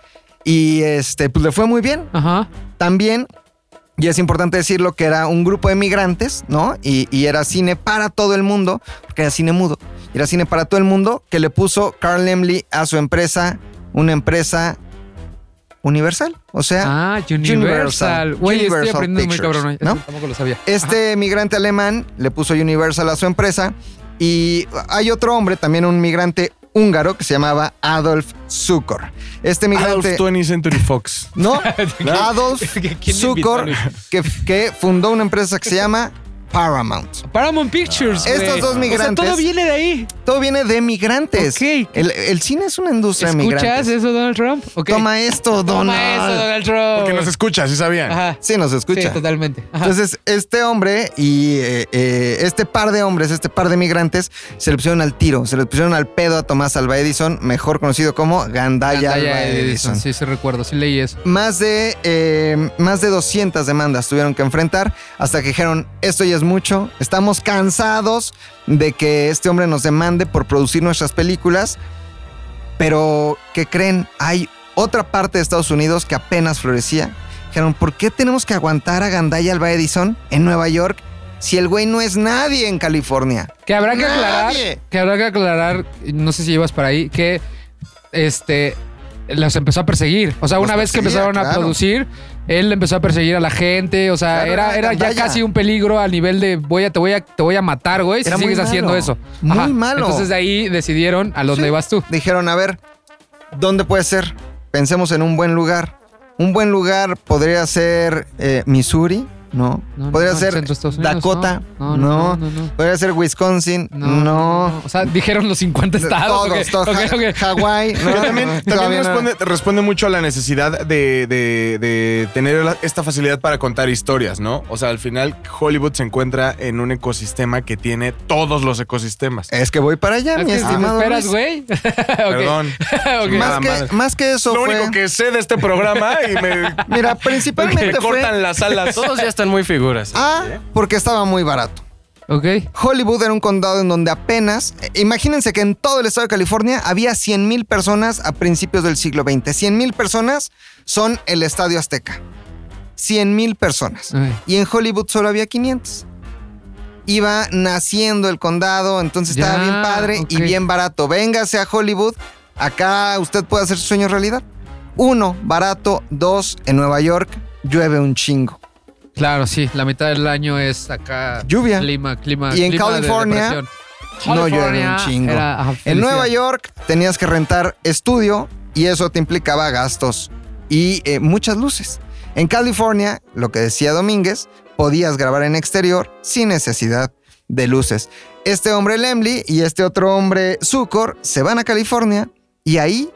S3: Y este, pues le fue muy bien.
S2: Ajá.
S3: También, y es importante decirlo, que era un grupo de migrantes, ¿no? Y, y era cine para todo el mundo, porque era cine mudo. Era cine para todo el mundo que le puso Carl Emley a su empresa, una empresa universal. O sea,
S2: Ah,
S3: Universal.
S2: Universal. Güey, estoy
S3: Universal
S2: aprendiendo muy
S3: Pictures,
S2: cabrón. hoy.
S3: ¿no?
S2: Eso Tampoco lo sabía.
S3: este migrante alemán le puso Universal a su empresa. Y hay otro hombre, también un migrante húngaro, que se llamaba Adolf Zukor. Este
S1: Adolf
S3: migrante...
S1: 20th Century Fox.
S3: No,
S2: ¿No?
S3: Adolf
S2: ¿Quién invitó
S3: Zucker,
S2: a
S3: que, que fundó una empresa que se llama Paramount.
S2: Ajá. Paramount Pictures.
S3: Ah. Estos
S2: güey.
S3: dos
S2: O sea,
S3: migrantes-
S2: todo viene de ahí.
S3: Todo viene de migrantes.
S2: Ok.
S3: El, el cine es una industria de
S2: ¿Escuchas
S3: migrantes.
S2: eso, Donald Trump? Ok.
S3: Toma esto, Donald.
S2: Toma eso, Donald Trump.
S1: Porque nos escucha, sí sabían.
S2: Oh. Ajá.
S3: Sí, nos escucha.
S2: Sí, totalmente. Ajá.
S3: Entonces, este hombre y eh, eh, este par de hombres, este par de migrantes, se le pusieron al tiro, se le pusieron al pedo a Tomás Alva Edison, mejor conocido como Gandaya,
S2: Pantalla
S3: Alva
S2: de
S3: Edison.
S2: Ah, Edison. Sí, sí recuerdo, sí leí eso.
S3: Más de, eh, más de 200 demandas tuvieron que enfrentar hasta que dijeron, esto ya es es mucho. Estamos cansados de que este hombre nos demande por producir nuestras películas. Pero, ¿qué creen? Hay otra parte de Estados Unidos que apenas florecía. Dijeron, ¿por qué tenemos que aguantar a Gandaya y Alba Edison en Nueva York si el güey no es nadie en California?
S2: Que habrá que aclarar.
S3: Nadie.
S2: Que habrá que aclarar. No sé si llevas para ahí. Que este. Los empezó a perseguir. O sea,
S3: Los
S2: una vez que
S3: perseguía,
S2: empezaron a
S3: claro.
S2: producir, él empezó a perseguir a la gente. O sea,
S3: Claro,
S2: era,
S3: era
S2: era ya
S3: gandalla.
S2: casi un peligro al nivel de voy a, te voy a, te voy a matar, güey, si
S3: Era muy
S2: sigues haciendo
S3: malo,
S2: eso.
S3: muy malo.
S2: Entonces de ahí decidieron a dónde
S3: Sí.
S2: vas tú.
S3: Dijeron, a ver, ¿dónde puede ser? Pensemos en un buen lugar. Un buen lugar podría ser eh, Missouri, ¿no?
S2: No, no,
S3: podría
S2: no,
S3: ser
S2: centro de Estados Unidos,
S3: Dakota,
S2: No, no, no.
S3: no.
S2: no, no, no.
S3: podría ser Wisconsin,
S2: No,
S3: no.
S2: O sea, dijeron los 50 estados.
S3: Todos,
S2: ok,
S3: todos.
S2: ok,
S3: Ja-
S2: ok.
S3: Hawái. no,
S1: Pero también,
S3: no,
S1: también
S3: todavía no.
S1: responde, responde mucho a la necesidad de, de- de tener la- esta facilidad para contar historias, ¿no? O sea, al final Hollywood se encuentra en un ecosistema que tiene todos los ecosistemas.
S3: Es que voy para allá,
S2: Es
S3: mi
S2: que si me
S3: estimado.
S2: esperas,
S3: Luis.
S2: güey. Ok,
S1: Perdón.
S2: ok.
S1: Ma-
S3: Más
S1: Nada
S3: que,
S1: madre.
S3: más que eso
S1: Lo
S3: fue-
S1: único que sé de este programa y me, me
S3: Mira, principalmente fue...
S1: cortan las alas.
S4: Todos ya están muy figuras.
S3: A, porque estaba muy barato.
S2: Ok.
S3: Hollywood era un condado en donde apenas, eh, imagínense que en todo el estado de California había 100 mil personas a principios del siglo XX. 100 mil personas son el Estadio Azteca. 100 mil personas.
S2: Ay.
S3: Y en Hollywood solo había 500. Iba naciendo el condado, entonces
S2: Ya,
S3: estaba bien padre
S2: ok.
S3: y bien barato. Véngase a Hollywood, acá usted puede hacer su sueño realidad. Uno, barato. Dos, en Nueva York llueve un chingo.
S2: Claro, sí. La mitad del año es acá.
S3: Lluvia.
S2: Clima, clima.
S3: Y en
S2: clima de
S3: California,
S2: depresión.
S3: no llueve un
S2: California
S3: chingo.
S2: era- ajá,
S3: En
S2: felicidad.
S3: Nueva York tenías que rentar estudio y eso te implicaba gastos y eh, muchas luces. En California, lo que decía Domínguez, podías grabar en exterior sin necesidad de luces. Este hombre Lemley y este otro hombre Zucor se van a California y ahí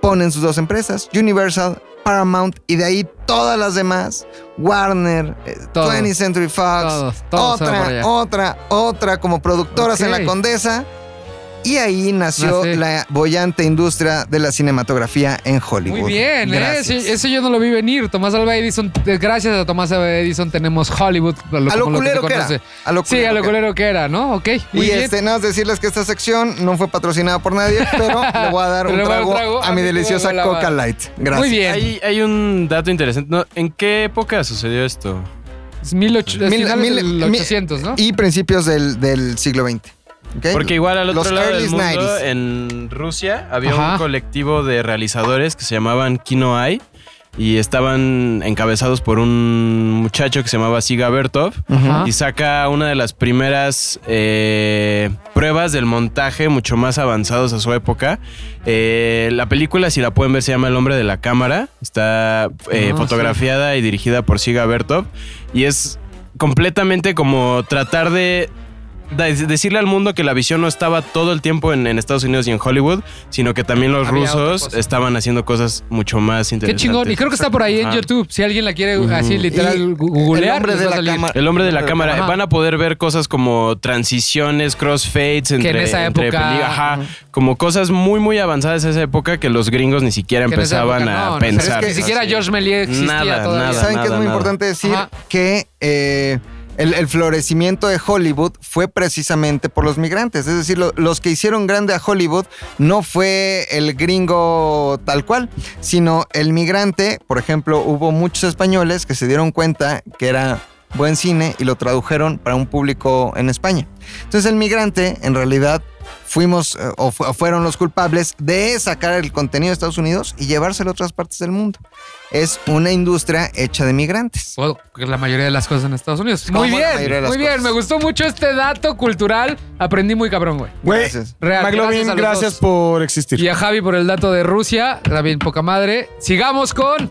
S3: ponen sus dos empresas, Universal, Paramount y de ahí todas las demás, Warner, eh,
S2: Todo.
S3: 20th Century Fox,
S2: Todos, todos se van por
S3: otra,
S2: allá.
S3: otra, otra como productoras en
S2: Ok.
S3: la Condesa. Y ahí nació
S2: Nací.
S3: la bollante industria de la cinematografía en Hollywood.
S2: Muy bien, ¿eh?
S3: Gracias.
S2: Ese- Eso yo no lo vi venir. Tomás Alba Edison, te- gracias a Tomás Alba Edison tenemos Hollywood.
S3: A lo
S2: como se
S3: culero que era.
S2: conoce.
S3: A lo
S2: Sí, a lo
S3: que era.
S2: culero que era, ¿no? Ok. muy
S3: Y
S2: bien.
S3: este, nada más decirles que esta sección no fue patrocinada por nadie, pero le voy a dar
S2: Le
S3: un
S2: voy a dar
S3: trago, a mi
S2: que me
S3: deliciosa
S2: vuelva la
S3: Coca
S2: mano.
S3: Light. Gracias.
S2: Muy bien.
S4: Hay, hay un dato interesante. No, ¿En qué época sucedió esto?
S2: Es mil och- es
S3: Mil-
S2: finales
S3: mil-
S2: del
S3: mil-
S2: 800, ¿no?
S3: Y principios del, del siglo XX. ¿ok?
S4: Porque igual al otro
S3: Los
S4: lado
S3: early
S4: del mundo, eh,
S3: 90s.
S4: en Rusia, había
S2: Ajá.
S4: un colectivo de realizadores que se llamaban Kinoai y estaban encabezados por un muchacho que se llamaba Siga Bertov
S2: Ajá.
S4: y saca una de las primeras eh, pruebas del montaje mucho más avanzados a su época. Eh, la película, si la pueden ver, se llama El hombre de la cámara. Está eh,
S2: Ah,
S4: fotografiada y dirigida por Siga Bertov y es completamente como tratar de de- decirle al mundo que la visión no estaba todo el tiempo en, en Estados Unidos y en Hollywood, sino que también los
S2: Había otra
S4: rusos
S2: cosa.
S4: estaban haciendo cosas mucho más
S2: Qué
S4: interesantes.
S2: chingón. Y creo que está por ahí en
S4: Ajá.
S2: YouTube. Si alguien la quiere
S4: Ujú.
S2: así
S3: Y
S2: literal gu- googlear,
S3: hombre
S2: les
S3: de
S2: va a
S3: la
S2: salir.
S3: cámara.
S4: El hombre de la cámara.
S2: Ajá.
S4: Van a poder ver cosas como transiciones, crossfades entre,
S2: esa
S4: entre
S2: época-
S4: peli- Ajá. Como cosas muy, muy avanzadas de esa época que los gringos ni siquiera
S2: Que en esa
S4: empezaban
S2: época
S4: a
S2: no, no, pero
S4: pensar.
S2: es que ni siquiera
S4: así.
S2: George Méliès existía
S4: Nada,
S2: todavía.
S4: nada.
S3: ¿Saben que es muy
S4: nada.
S3: importante decir?
S2: Ajá.
S3: Que eh, el, el florecimiento de Hollywood fue precisamente por los migrantes. Es decir, lo- los que hicieron grande a Hollywood no fue el gringo tal cual, sino el migrante. Por ejemplo, hubo muchos españoles que se dieron cuenta que era buen cine y lo tradujeron para un público en España. Entonces el migrante, en realidad, fuimos eh, o, fu- o fueron los culpables de sacar el contenido de Estados Unidos y llevárselo a otras partes del mundo. Es una industria hecha de migrantes.
S2: O la mayoría de las cosas en Estados Unidos.
S3: Como
S2: Muy
S3: la
S2: bien, muy
S3: mayoría de las
S2: bien.
S3: cosas.
S2: Me gustó mucho este dato cultural. Aprendí muy cabrón, güey.
S1: Güey,
S3: Gracias.
S2: Real,
S1: McLovin,
S2: a
S1: gracias,
S2: los dos.
S1: por existir.
S2: Y a Javi por el dato de Rusia. También poca madre. Sigamos con.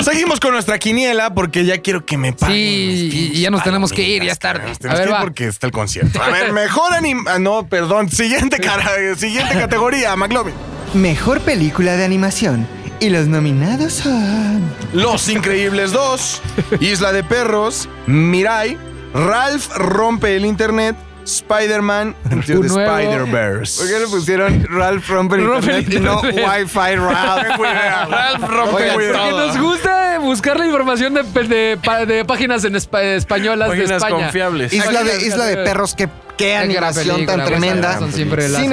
S1: Seguimos con nuestra quiniela porque ya quiero que me paguen.
S2: Sí,
S1: mis
S2: y- y ya nos
S1: pinches
S2: tenemos que ir, ya es
S1: palomitas,
S2: tarde.
S1: cabrón. Nos
S2: A ver,
S1: tenemos que ir
S2: va.
S1: porque está el concierto. A ver, mejor anim... ah, no, perdón. Siguiente, cara... Siguiente categoría, McLovin.
S3: Mejor película de animación. Y los nominados son.
S1: Los Increíbles 2, Isla de Perros, Mirai, Ralph rompe el internet, Spider-Man into
S2: Un
S1: the
S2: nuevo-
S1: Spider-Verse.
S3: ¿Por qué le pusieron Ralph Romper
S2: Romper
S3: Internet? No
S2: Internet.
S3: Wi-Fi Ralph.
S4: Ralph rompe
S3: Oigan,
S4: todo.
S2: Porque nos gusta buscar la información de, de pa- de páginas en espa- españolas de
S4: Páginas
S2: España.
S4: confiables.
S3: Isla de,
S2: Aquí,
S3: Isla de
S2: aquí,
S3: Perros, qué, qué
S2: gran
S3: animación
S2: película,
S3: tan
S2: güey,
S3: tremenda.
S2: son siempre las-
S3: Sin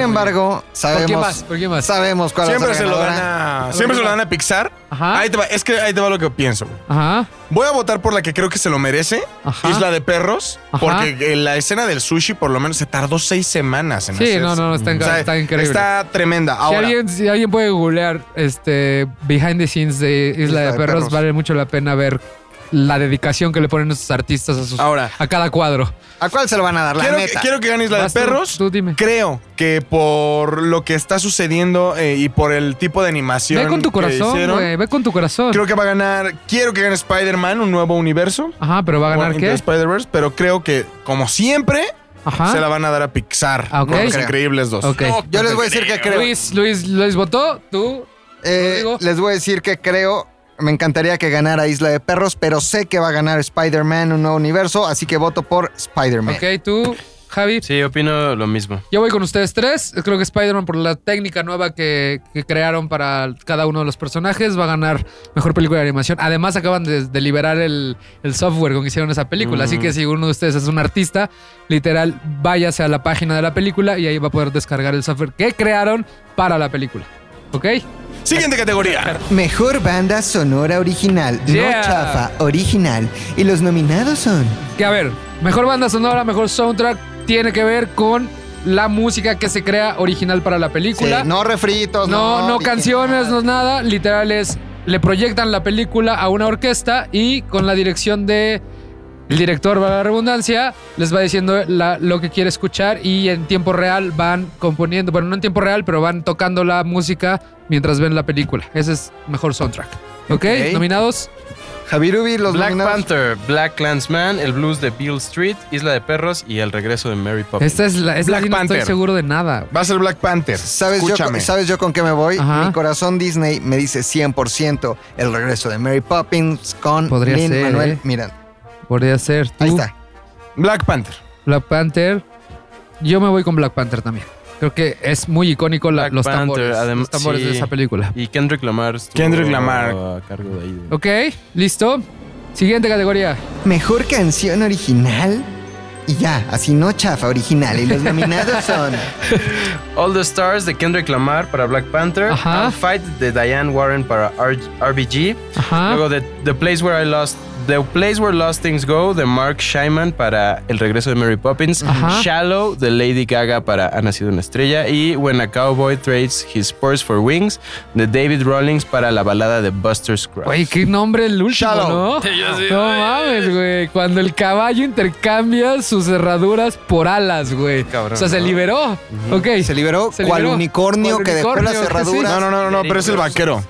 S2: ¿Por
S3: embargo,
S2: quién
S3: sabemos,
S2: más? ¿Por quién más?
S3: sabemos cuál
S1: Siempre
S3: es la
S1: se lo dan
S3: ganadora.
S1: a. Siempre se lo dan a Pixar.
S2: Ajá.
S1: Ahí te va. Es que ahí te va lo que pienso, güey.
S2: Ajá.
S1: Voy a votar por la que creo que se lo merece,
S2: Ajá.
S1: Isla de Perros,
S2: Ajá.
S1: porque eh, la escena del sushi por lo menos se tardó seis semanas en
S2: Sí,
S1: hacerse.
S2: no, no, no,
S4: Mm.
S2: está,
S1: O sea,
S2: está increíble.
S1: Está tremenda.
S2: si,
S1: Ahora,
S2: alguien, si alguien puede googlear este behind the scenes de Isla, de, Perros, vale mucho la pena ver la dedicación que le ponen nuestros artistas a sus
S1: ahora
S2: a cada cuadro.
S3: ¿A cuál se lo van a dar? La
S1: quiero,
S3: neta.
S1: quiero que gane Isla de
S2: Vas tú,
S1: Perros.
S2: Tú, dime.
S1: Creo que por lo que está sucediendo eh, y por el tipo de animación.
S2: Ve con tu
S1: que
S2: corazón,
S1: hicieron,
S2: güey. Ve con tu corazón.
S1: Creo que va a ganar. Quiero que gane Spider-Man, un nuevo universo.
S2: Ajá, pero va a ganar
S1: Into
S2: qué?
S1: the Spider-Verse, pero creo que, como siempre,
S2: Ajá.
S1: se la van a dar a Pixar.
S2: Ah, ok.
S1: con los
S3: Creo.
S1: increíbles dos.
S2: Ok.
S3: Yo les voy a decir que creo.
S2: Luis, Luis, Luis votó, tú.
S3: Eh,
S2: Rodrigo.
S3: les voy a decir que creo. Me encantaría que ganara Isla de Perros, pero sé que va a ganar Spider-Man un nuevo universo, así que voto por Spider-Man.
S2: Ok, tú, Javi.
S4: Sí, opino lo mismo.
S2: Yo voy con ustedes tres. Creo que Spider-Man, por la técnica nueva que, que crearon para cada uno de los personajes, va a ganar mejor película de animación. Además, acaban de, de liberar el, el software con que hicieron esa película. Así que si uno de ustedes es un artista, literal, váyase a la página de la película y ahí va a poder descargar el software que crearon para la película. ¿Ok?
S1: Siguiente categoría.
S3: Mejor banda sonora original,
S2: Yeah.
S3: no chafa, original. Y los nominados son.
S2: Que a ver, mejor banda sonora, mejor soundtrack, tiene que ver con la música que se crea original para la película.
S3: Sí, no refritos,
S2: No, no,
S3: dije
S2: canciones,
S3: nada.
S2: no nada. Literal es, le proyectan la película a una orquesta y con la dirección de el director, para la redundancia, les va diciendo la- lo que quiere escuchar y en tiempo real van componiendo, bueno, no en tiempo real, pero van tocando la música mientras ven la película. Ese es mejor soundtrack. ¿Ok?
S3: Ok.
S2: ¿Nominados?
S3: Javier Ubi, los
S4: Black
S3: nominados.
S4: Panther, Black Clansman, El Blues de Beale Street, Isla de Perros y El Regreso de Mary Poppins.
S2: Esta es la... Esta
S1: Black
S2: sí no estoy
S1: Panther.
S2: seguro de nada.
S1: Va a ser Black Panther.
S3: ¿Sabes yo,
S1: Escúchame.
S3: con- ¿Sabes yo con qué me voy?
S2: Ajá.
S3: Mi corazón Disney me dice 100% el regreso de Mary Poppins con
S2: Podría
S3: Lin
S2: ser,
S3: Manuel
S2: ¿eh?
S3: Miranda.
S2: Podría ser tú,
S3: Ahí está.
S1: Black Panther.
S2: Black Panther. Yo me voy con Black Panther también. Creo que es muy icónico la-
S4: Black
S2: los
S4: Panther,
S2: tambores,
S4: adem-
S2: los tambores de
S4: sí.
S2: esa película.
S4: Y Kendrick Lamar. estuvo
S1: Kendrick Lamar.
S4: A cargo de ahí. de-
S2: Ok, listo. Siguiente categoría.
S3: Mejor canción original. Y ya, así no chafa, original. Y los nominados son.
S4: All the Stars de Kendrick Lamar para Black Panther.
S2: Ajá.
S4: I'll Fight de Diane Warren para R- RBG.
S2: Ajá.
S4: Luego de The Place Where I Lost. The Place Where Lost Things Go de Mark Shyman para El Regreso de Mary Poppins.
S2: Ajá.
S4: Shallow de Lady Gaga para Ha Nacido una Estrella. Y When a Cowboy Trades His Spurs for Wings de David Rawlings para la balada de Buster Scruggs.
S2: Güey, qué nombre el último, ¿no? No mames, güey. Cuando el caballo intercambia sus herraduras por alas, güey.
S4: Cabrón,
S2: o sea, se
S4: ¿no?
S2: liberó. Ok.
S3: Se liberó
S2: Se
S3: cual
S2: liberó.
S3: unicornio
S2: Cual
S3: que dejó las
S2: unicornio, sí, sí.
S3: cerraduras.
S1: No, no, no, no, no, pero es el vaquero.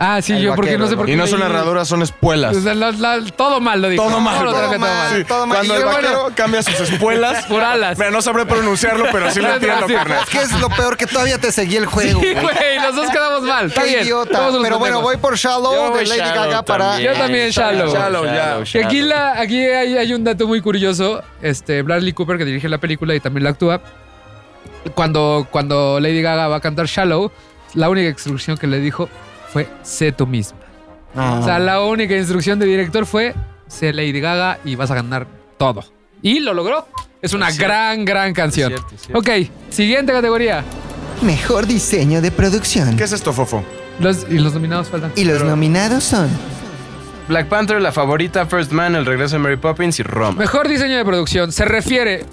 S2: Ah, sí,
S3: El
S2: yo porque
S3: vaquero,
S2: no sé
S3: el
S2: por qué.
S1: Y no son
S2: leí-
S1: herraduras, son espuelas.
S2: O sea, la- la- todo mal lo dijo.
S1: Todo mal,
S2: lo
S1: todo
S2: creo que
S3: mal.
S1: Sí,
S3: Todo mal.
S1: Cuando
S3: Y
S1: el
S3: bueno.
S1: vaquero cambia sus espuelas.
S2: Por alas.
S1: Mira, no sabré pronunciarlo, pero sí lo entiendo,
S2: Gracias.
S1: carnal.
S3: Es que es lo peor que todavía te seguí el juego.
S2: Sí,
S3: güey.
S2: güey, los dos quedamos mal. Está
S3: Qué
S2: bien.
S3: idiota.
S2: todos los
S3: Pero bueno,
S2: pendejos.
S3: voy por Shallow Oh, de Lady Gaga para.
S2: Yo también, Shallow.
S1: Shallow, ya.
S2: Que aquí, la, aquí hay, hay un dato muy curioso. Este, Bradley Cooper, que dirige la película y también la actúa, cuando, cuando Lady Gaga va a cantar Shallow, la única instrucción que le dijo fue sé tú misma.
S3: Ah.
S2: O sea, la única instrucción del director fue sé Lady Gaga y vas a ganar todo. Y lo logró. Es una
S4: Es cierto.
S2: gran, gran canción.
S4: Es cierto, es cierto.
S2: Ok, siguiente categoría.
S3: Mejor diseño de producción.
S1: ¿Qué es esto, Fofo?
S2: Los, y los nominados faltan.
S3: Y los nominados son.
S4: Black Panther, La Favorita, First Man, El Regreso de Mary Poppins y Roma.
S2: Mejor diseño de producción se refiere.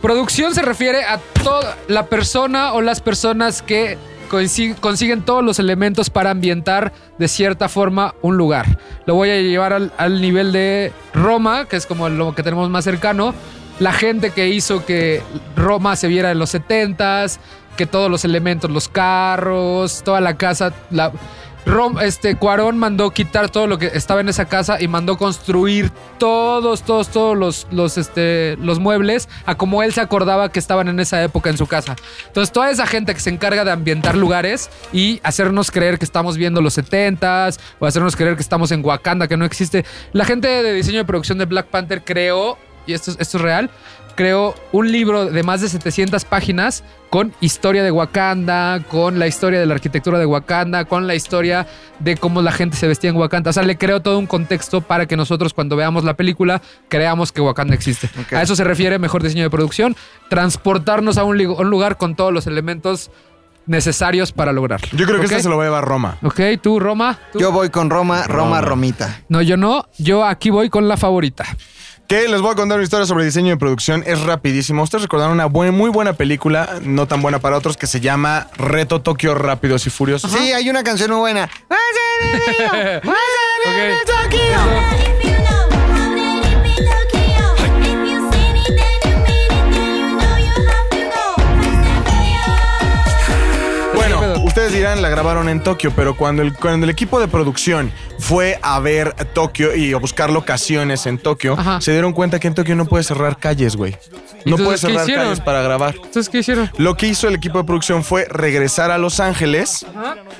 S2: Producción se refiere a toda la persona o las personas que coinci- consiguen todos los elementos para ambientar de cierta forma un lugar. Lo voy a llevar al, al nivel de Roma, que es como lo que tenemos más cercano. La gente que hizo que Roma se viera en los 70s, que todos los elementos, los carros, toda la casa, la, Rom, este, Cuarón mandó quitar todo lo que estaba en esa casa y mandó construir todos, todos, todos los, los, este, los muebles a como él se acordaba que estaban en esa época en su casa. Entonces, toda esa gente que se encarga de ambientar lugares y hacernos creer que estamos viendo los 70s o hacernos creer que estamos en Wakanda, que no existe. La gente de diseño y producción de Black Panther creó y esto, es- esto es real, creó un libro de más de 700 páginas con historia de Wakanda, con la historia de la arquitectura de Wakanda, con la historia de cómo la gente se vestía en Wakanda. O sea, le creó todo un contexto para que nosotros cuando veamos la película creamos que Wakanda existe.
S3: Ok.
S2: A eso se refiere mejor diseño de producción, transportarnos a un, li- un lugar con todos los elementos necesarios para lograrlo.
S1: Yo creo que
S2: ¿Ok?
S1: este se lo va a llevar Roma.
S2: Ok, tú, Roma. ¿Tú?
S3: Yo voy con Roma, Roma,
S4: Roma.
S3: Romita.
S2: No, yo no. Yo aquí voy con la favorita.
S1: Que les voy a contar una historia sobre diseño de producción. Es rapidísimo. Ustedes recordaron una buen- muy buena película, no tan buena para otros, que se llama Reto Tokio Rápidos y Furiosos.
S3: Sí, hay una canción muy buena.
S2: Ok.
S1: Bueno,
S2: ¿Qué pedo?
S1: ustedes dirán, la grabaron en Tokio, pero cuando el, cuando el equipo de producción fue a ver Tokio y a buscar locaciones en Tokio,
S2: Ajá.
S1: se dieron cuenta que en Tokio no puede cerrar calles, güey. No
S2: Entonces,
S1: puede
S2: ¿qué
S1: cerrar
S2: hicieron?
S1: calles para grabar.
S2: Entonces, ¿qué hicieron?
S1: Lo que hizo el equipo de producción fue regresar a Los Ángeles,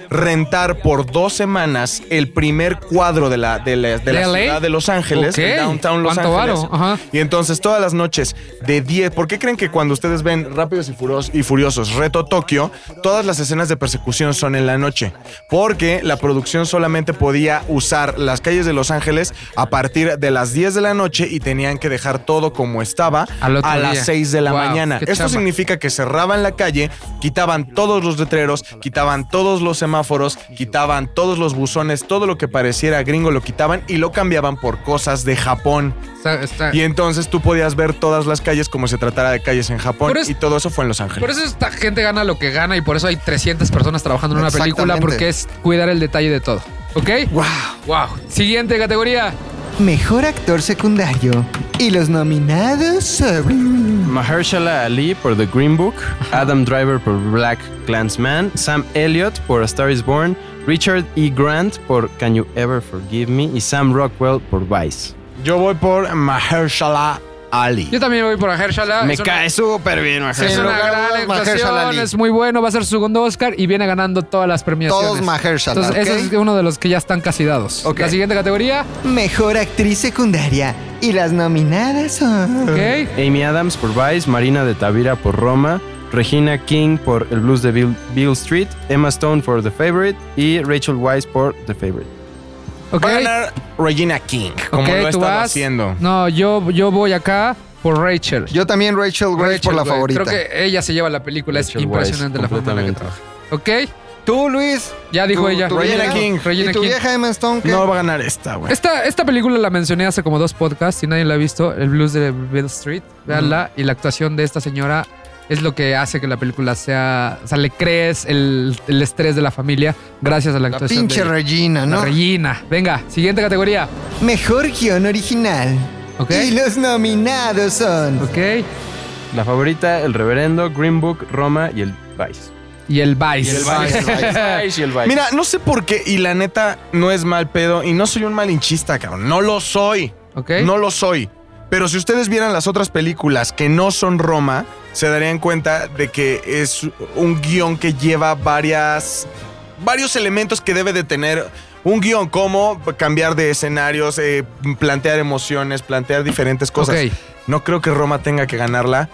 S1: rentar por dos semanas el primer cuadro de la, de la, de la
S2: ¿De LA?
S1: ciudad de Los Ángeles,
S2: Ok.
S1: el downtown Los
S2: ¿Cuánto
S1: Ángeles.
S2: varo? Ajá.
S1: Y entonces todas las noches de 10, ¿por qué creen que cuando ustedes ven Rápidos y, Furos- y Furiosos, Reto Tokio, todas las escenas de persecución son en la noche? Porque la producción solamente podía usar las calles de Los Ángeles a partir de las 10 de la noche y tenían que dejar todo como estaba
S2: Al otro
S1: a las
S2: día.
S1: 6 de la
S2: Wow,
S1: mañana.
S2: qué
S1: Esto
S2: chamba.
S1: significa significa que cerraban la calle, quitaban todos los letreros, quitaban todos los semáforos, quitaban todos los buzones, todo lo que pareciera gringo lo quitaban y lo cambiaban por cosas de Japón.
S2: Está- está-
S1: Y entonces tú podías ver todas las calles como se tratara de calles en Japón
S2: Pero es-
S1: y todo eso fue en Los Ángeles.
S2: Por eso esta gente gana lo que gana y por eso hay 300 personas trabajando en una película
S3: Exactamente.
S2: porque es cuidar el detalle de todo. ¿Ok?
S3: Wow.
S2: Wow. Siguiente categoría.
S3: Mejor actor secundario. Y los nominados son-
S4: Mahershala Ali por The Green Book, Adam Driver por Black Clansman, Sam Elliott por A Star Is Born, Richard E. Grant por Can You Ever Forgive Me y Sam Rockwell por Vice.
S1: Yo voy por Mahershala Ali.
S2: Yo también voy por Mahershala.
S4: Me
S2: Es una-
S4: cae súper bien
S2: Es
S4: Mahershala.
S2: una
S3: lugar
S2: gran
S3: dos, Mahershala
S2: actuación,
S3: Ali.
S2: es muy bueno, va a ser su segundo Oscar y viene ganando todas las premiaciones.
S3: Todos Mahershala,
S2: Entonces,
S3: ¿ok?
S2: ese es uno de los que ya están casi dados.
S3: Ok.
S2: La siguiente categoría,
S3: Mejor actriz secundaria. Y las nominadas son...
S2: ok.
S4: Amy Adams por Vice, Marina de Tavira por Roma, Regina King por El Blues de Bill, Beale Street, Emma Stone por The Favorite y Rachel Weisz por The Favorite.
S2: ok.
S1: Va a ganar Regina King, como
S2: Ok,
S1: lo ha
S2: tú
S1: estado
S2: vas.
S1: haciendo.
S2: No, yo, yo voy acá por Rachel.
S3: Yo también Rachel Grace
S2: Rachel,
S3: por la
S2: güey.
S3: favorita.
S2: Creo que ella se lleva la película,
S4: Rachel
S2: es impresionante
S4: Weisz,
S2: la forma en la que trabaja.
S4: completamente.
S2: Ok,
S3: Tú, Luis.
S2: ya dijo
S3: Tu-
S2: ella.
S3: tu
S1: Regina
S3: vieja.
S1: King.
S2: Regina
S3: ¿Y tu
S2: King.
S3: vieja Emma Stone? qué?
S1: No va a ganar esta, güey.
S2: Esta, esta película la mencioné hace como dos podcasts y nadie la ha visto, El Blues de Bill Street. Veanla. Y la actuación de esta señora es lo que hace que la película sea. O sea, le crees el, el estrés de la familia gracias a la
S3: La
S2: actuación.
S3: pinche
S2: de ella.
S3: Regina,
S2: La
S3: ¿no?
S2: Regina. Venga, siguiente categoría.
S3: Mejor guión original.
S2: Ok.
S3: Y los nominados son...
S2: Ok.
S4: La favorita, El Reverendo, Green Book, Roma y el Vice.
S2: Y el Vice.
S4: Vice y el Vice.
S1: Mira, no sé por qué, y la neta, no es mal pedo, y no soy un malinchista, cabrón. No lo soy.
S2: Ok.
S1: No lo soy. Pero si ustedes vieran las otras películas que no son Roma, se darían cuenta de que es un guión que lleva varias, varios elementos que debe de tener un guión, como cambiar de escenarios, eh, plantear emociones, plantear diferentes cosas.
S2: Ok.
S1: No creo que Roma tenga que ganarla,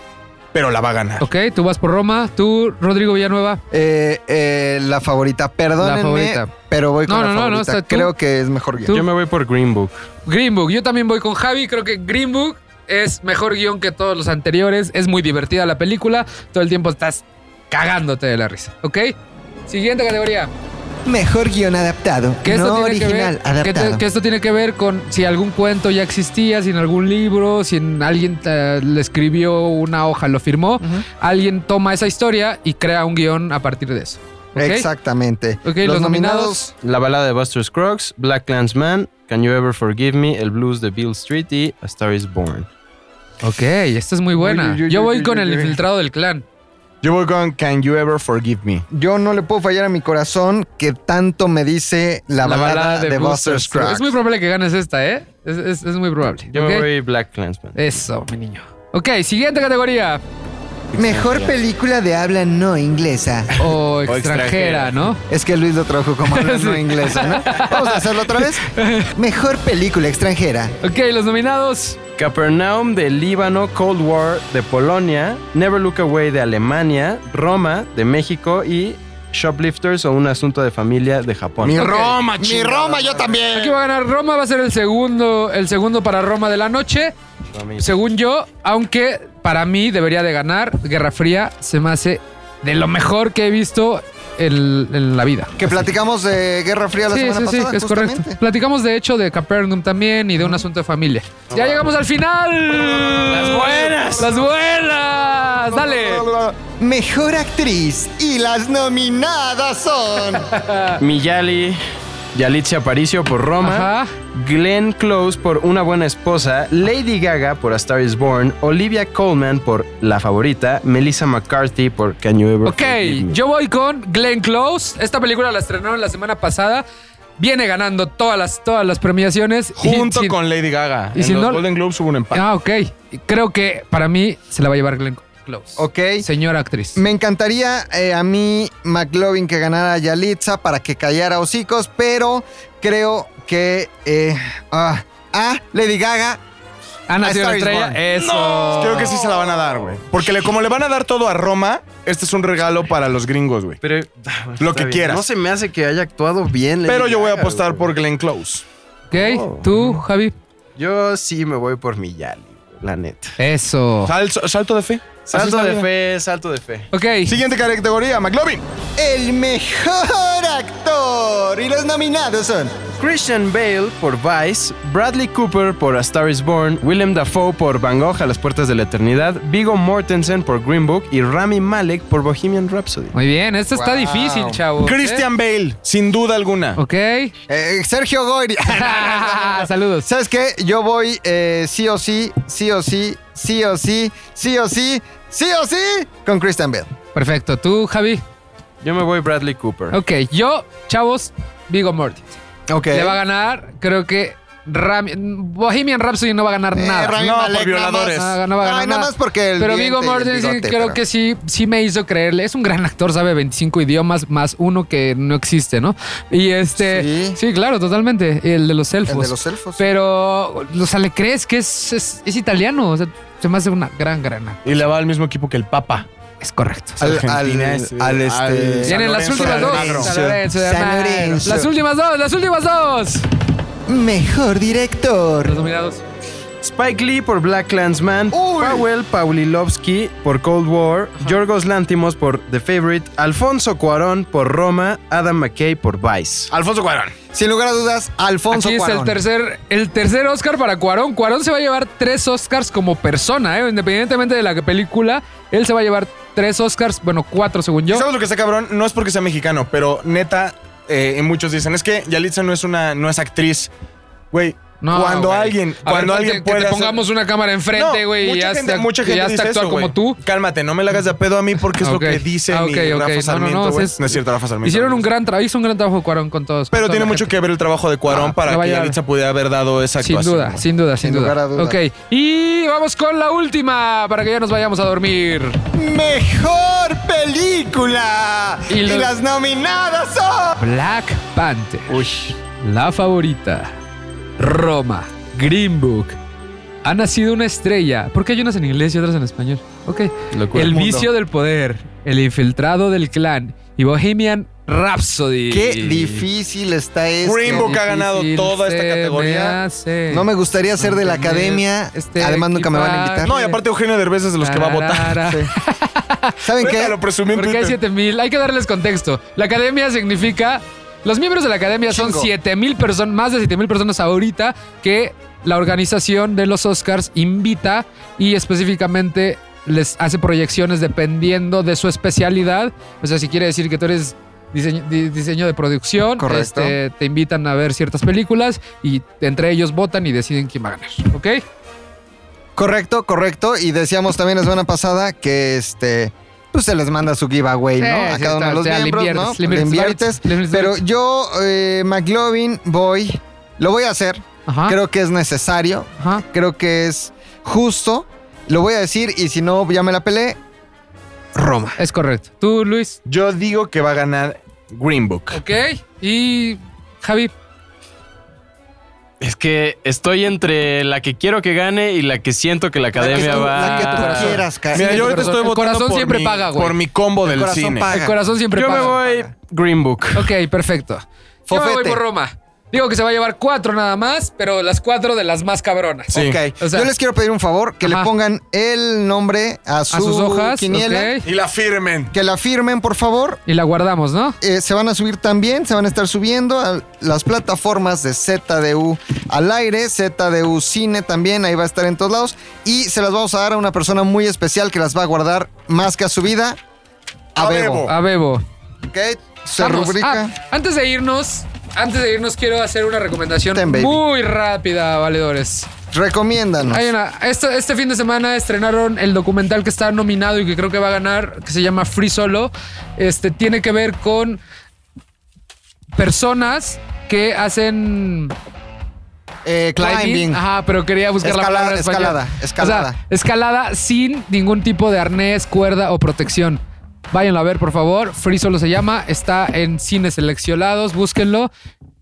S1: pero la va a ganar.
S2: Ok, tú vas por Roma. Tú, Rodrigo Villanueva.
S3: Eh, eh, la favorita, perdónenme,
S2: La favorita.
S3: pero voy con
S2: No,
S3: la
S2: no, no, no,
S3: favorita.
S2: está tú.
S3: Creo que es mejor guión.
S2: Tú.
S4: Yo me voy por Green Book.
S2: Green Book. Yo también voy con Javi. Creo que Green Book es mejor guión que todos los anteriores. Es muy divertida la película. Todo el tiempo estás cagándote de la risa. ¿Ok? Siguiente categoría.
S3: Mejor guión adaptado.
S2: Que esto
S3: no
S2: tiene
S3: original,
S2: que ver, que,
S3: adaptado.
S2: te- que esto tiene que ver con si algún cuento ya existía, si en algún libro, si en alguien eh, le escribió una hoja, lo firmó.
S3: Ujú.
S2: Alguien toma esa historia y crea un guión a partir de eso. ¿ok?
S3: Exactamente.
S2: Ok, los nominados-
S4: La balada de Buster Scruggs, Black Clansman, Can You Ever Forgive Me, El Blues de Bill Street y A Star Is Born.
S2: Ok, esta es muy buena.
S3: Uy, uy, uy,
S2: Yo
S3: uy,
S2: voy
S3: uy,
S2: con
S3: uy,
S2: el
S3: uy.
S2: infiltrado del clan.
S1: Yo voy con Can You Ever Forgive Me.
S3: Yo no le puedo fallar a mi corazón que tanto me dice la, balada, de, Buster Scruggs.
S2: Es muy probable que ganes esta, ¿eh? Es, es- es muy probable.
S4: Yo
S2: ¿ok?
S4: me voy Black Clansman.
S2: Eso, mi niño. Ok, siguiente categoría.
S3: Mejor película de habla no inglesa.
S2: O extranjera,
S4: extranjera.
S2: ¿no?
S3: Es que Luis lo trajo como habla no
S2: Sí.
S3: inglesa, ¿no? Vamos a hacerlo otra vez. Mejor película extranjera.
S2: Ok, los nominados.
S4: Capernaum de Líbano, Cold War de Polonia, Never Look Away de Alemania, Roma de México y Shoplifters o un asunto de familia de Japón.
S1: Mi
S2: Ok.
S1: Roma, Mi Roma, yo
S2: Aquí
S1: también.
S2: va a ganar Roma, va a ser el segundo, el segundo para Roma de la noche. Según yo, aunque para mí debería de ganar, Guerra Fría se me hace de lo mejor que he visto en, en la vida.
S3: Que platicamos de Guerra Fría la
S2: Sí,
S3: semana
S2: sí, sí,
S3: pasada.
S2: es
S3: justamente.
S2: correcto. Platicamos de hecho de Capernaum también y de un asunto de familia. Ya llegamos al final. Las buenas. Las buenas. Dale.
S3: Mejor actriz y las nominadas son.
S4: Miyali, Yalitza Aparicio por Roma,
S2: Ajá.
S4: Glenn Close por Una Buena Esposa, Lady Gaga por A Star Is Born, Olivia Colman por La Favorita, Melissa McCarthy por Can You Ever
S2: Ok,
S4: Forgive Me?
S2: yo voy con Glenn Close. Esta película la estrenaron la semana pasada. Viene ganando todas las, todas las premiaciones. Y
S1: Junto
S2: sin-
S1: con Lady Gaga.
S2: y
S1: en
S2: si
S1: los
S2: no-
S1: Golden Globes hubo un empate.
S2: Ah, ok. Creo que para mí se la va a llevar Glenn Close.
S3: Ok.
S2: Señora actriz.
S3: Me encantaría eh, a mí McLovin que ganara a Yalitza para que callara hocicos, pero creo que eh, ah, a Lady Gaga
S2: Ha nacido
S3: A Star
S2: una estrella.
S3: is Born.
S2: Eso.
S1: Creo que sí se la van a dar, güey. Porque le- como le van a dar todo a Roma, este es un regalo para los gringos, güey.
S4: Pero
S1: Lo
S4: Ah, está
S1: que quieras.
S4: No se me hace que haya actuado bien. Lady
S1: Pero yo voy a
S4: Gaga,
S1: apostar
S4: güey.
S1: por Glenn Close.
S2: Ok, tú, Javi.
S4: Yo sí me voy por Miyali, güey, la neta.
S2: Eso.
S1: Sal- salto de fe. Así
S4: Salto de
S1: está bien.
S4: fe, salto de fe.
S2: Ok.
S1: Siguiente categoría, McLovin.
S3: el mejor actor y los nominados son.
S4: Christian Bale por Vice, Bradley Cooper por A Star Is Born, Willem Dafoe por Van Gogh a las puertas de la eternidad, Vigo Mortensen por Green Book y Rami Malek por Bohemian Rhapsody.
S2: Muy bien, esto está
S3: Wow.
S2: difícil, chavo.
S1: Christian Bale, sin duda alguna.
S2: Ok.
S3: eh, Sergio Goyri.
S2: Saludos.
S3: ¿Sabes qué? Yo voy eh, sí o sí, sí o sí, sí o sí, sí o sí, sí o sí con Christian Bale.
S2: Perfecto. Tú, Javi.
S4: Yo me voy Bradley Cooper.
S2: Ok. Yo, chavos, Vigo Mortensen.
S3: Ok.
S2: Le va a ganar, creo que Rami- Bohemian Rhapsody no va a ganar
S3: Eh,
S2: nada.
S3: Rami
S1: No, por
S3: Malek,
S1: violadores.
S3: nada
S2: No, no Ah, va a
S3: más. Ay,
S2: ganar
S3: nada
S2: nada.
S3: más porque el
S2: Pero
S3: diente
S2: Vigo
S3: y el
S2: Mortensen
S3: bigote,
S2: creo
S3: pero-
S2: que sí, sí me hizo creerle. Es un gran actor, sabe 25 idiomas más uno que no existe, ¿no? Y este. Sí,
S3: Sí.
S2: claro, totalmente. El de los elfos.
S3: El de los elfos.
S2: Pero, o sea, le crees que es, es, es italiano. O sea, se me hace una gran grana.
S1: Y le va al mismo equipo que el Papa.
S2: Es correcto.
S3: Al,
S1: Argentina
S3: al-
S1: es, eh,
S3: al
S1: al-
S3: este.
S1: San
S2: Vienen las
S1: Lorenzo
S2: últimas
S1: de
S2: dos.
S1: Almagro.
S2: San Lorenzo de
S3: San
S2: Almagro.
S3: Lorenzo.
S2: Las últimas dos, las últimas dos.
S3: Mejor director.
S2: Los nominados.
S4: Spike Lee por Black Clansman,
S3: Uy.
S4: Powell Paulilovsky por Cold War, Yorgos Lantimos por The Favorite, Alfonso Cuarón por Roma, Adam McKay por Vice.
S1: Alfonso Cuarón.
S3: Sin lugar a dudas, Alfonso
S2: Aquí
S3: Cuarón.
S2: es el tercer, el tercer Oscar para Cuarón. Cuarón se va a llevar tres Oscars como persona, ¿eh? independientemente de la que película. Él se va a llevar tres Oscars, bueno, cuatro según yo.
S1: ¿Sabes lo que está cabrón? No es porque sea mexicano, pero neta, eh, muchos dicen, es que Yalitza no es una, no es actriz. Güey,
S2: No,
S1: cuando
S2: güey.
S1: alguien,
S2: A ver,
S1: cuando
S2: ponte-
S1: alguien
S2: que
S1: puede
S2: te
S1: hacer-
S2: pongamos una cámara enfrente,
S1: No,
S2: güey, y
S1: mucha
S2: ya
S1: gente,
S2: hasta,
S1: mucha
S2: y
S1: gente
S2: hasta
S1: dice
S2: actuar
S1: eso,
S2: como
S1: güey.
S2: tú.
S1: Cálmate, no me la hagas de pedo a mí porque es
S2: Ok.
S1: lo que dice
S2: Ah,
S1: mi
S2: ok, ok. No, no,
S1: Rafa Sarmiento,
S2: no,
S1: güey.
S2: es-
S1: No es cierto, Rafa Sarmiento.
S2: Hicieron
S1: no
S2: un
S1: es-
S2: gran trabajo, hizo un gran trabajo Cuarón con todos. con
S1: Pero
S2: toda
S1: tiene
S2: la
S1: mucho
S2: gente.
S1: que ver el trabajo de Cuarón
S2: Ah,
S1: para
S2: no
S1: que
S2: vaya-
S1: Yalitza pudiera haber dado esa
S2: Sin
S1: actuación.
S2: duda, sin duda, sin
S3: Sin
S2: duda.
S3: lugar a duda.
S2: Ok, y vamos con la última para que ya nos vayamos a dormir.
S3: Mejor película.
S2: Y
S3: Y,
S2: los-
S3: las nominadas son.
S2: Black Panther. La favorita. Roma. Green Book. Ha nacido una estrella. ¿Por qué hay unas en inglés y otras en español? Ok.
S4: Locura.
S2: El
S4: Mundo.
S2: vicio del poder. El infiltrado del clan. Y Bohemian Rhapsody.
S3: Qué difícil está esto.
S1: Green Book. ha ganado
S2: Difícil
S1: toda esta
S2: se
S1: categoría.
S2: me hace.
S3: No me gustaría ser de la
S2: Mantener
S3: academia.
S2: este
S3: Además, nunca me van a
S2: equipaje.
S3: invitar.
S1: No, y aparte Eugenio Derbez es de los que va a votar.
S2: Tarara.
S3: ¿Saben
S1: Ahorita
S3: qué?
S1: Lo presumí en
S2: Porque hay
S1: Twitter.
S2: 7000. Hay que darles contexto. La academia significa. Los miembros de la academia son
S3: Chingo.
S2: 7000 personas, más de 7000 personas ahorita que la organización de los Oscars invita y específicamente les hace proyecciones dependiendo de su especialidad. O sea, si quiere decir que tú eres diseño, di- diseño de producción,
S3: Correcto.
S2: este, te invitan a ver ciertas películas y entre ellos votan y deciden quién va a ganar. ¿Ok?
S3: Correcto, correcto. Y decíamos también la semana pasada que este. Pues se les manda su giveaway, ¿no?
S2: Sí,
S3: A
S2: sí,
S3: cada uno
S2: está,
S3: de los
S2: o sea, le
S3: miembros,
S2: inviertes,
S3: ¿no?
S2: le inviertes varios, le inviertes
S3: Pero
S2: varios.
S3: yo, eh, McLovin, voy. Lo voy a hacer.
S2: Ajá.
S3: Creo que es necesario.
S2: Ajá.
S3: Creo que es justo. Lo voy a decir y si no, ya me la pelé. Roma.
S2: Es correcto. Tú, Luis.
S1: Yo digo que va a ganar Green Book.
S2: Ok. Y Javi.
S4: Es que estoy entre Eh, la que quiero que gane y la que siento que la
S3: La que
S4: academia
S3: tú-
S4: va.
S3: La que tú quieras, cara.
S1: Mira,
S2: Sí,
S1: yo
S2: el
S1: ahorita
S2: corazón-
S1: estoy
S2: el
S1: votando
S2: corazón
S1: por,
S2: siempre
S1: mi,
S2: paga, güey.
S1: por mi combo del
S3: corazón
S1: cine.
S3: paga.
S2: El corazón siempre
S4: Yo
S2: paga.
S4: me voy
S3: paga.
S4: Green Book.
S2: Ok, perfecto. Yo me voy
S3: Fofete.
S2: por Roma. Digo que se va a llevar cuatro nada más, pero las cuatro de las más cabronas.
S1: Sí.
S3: Ok.
S2: O sea-
S3: Yo les quiero pedir un favor, que
S2: Ajá.
S3: le pongan el nombre a, su
S2: A sus hojas,
S3: quiniela,
S2: ok.
S1: Y la firmen.
S3: que la firmen, por favor.
S2: Y la guardamos, ¿no?
S3: Eh, se van a subir también, se van a estar subiendo a las plataformas de ZDU al aire, ZDU Cine también, ahí va a estar en todos lados. Y se las vamos a dar a una persona muy especial que las va a guardar más que a su vida, a
S1: A
S3: Bebo.
S1: Bebo.
S2: A Bebo.
S3: Ok, se
S2: Vamos.
S3: rubrica.
S2: Ah, antes de irnos, antes de irnos quiero hacer una recomendación
S3: Ten, baby.
S2: muy rápida, valedores.
S3: Recomiéndanos.
S2: Hay una- este, este fin de semana estrenaron el documental que está nominado y que creo que va a ganar, que se llama Free Solo. Este tiene que ver con personas que hacen
S3: Eh, climbing.
S2: Ajá, pero quería buscar
S3: Escalada,
S2: la palabra en español.
S3: escalada, escalada.
S2: O sea, escalada sin ningún tipo de arnés, cuerda o protección. Váyanlo a ver, por favor. Free Solo se llama. Está en cines seleccionados. Búsquenlo.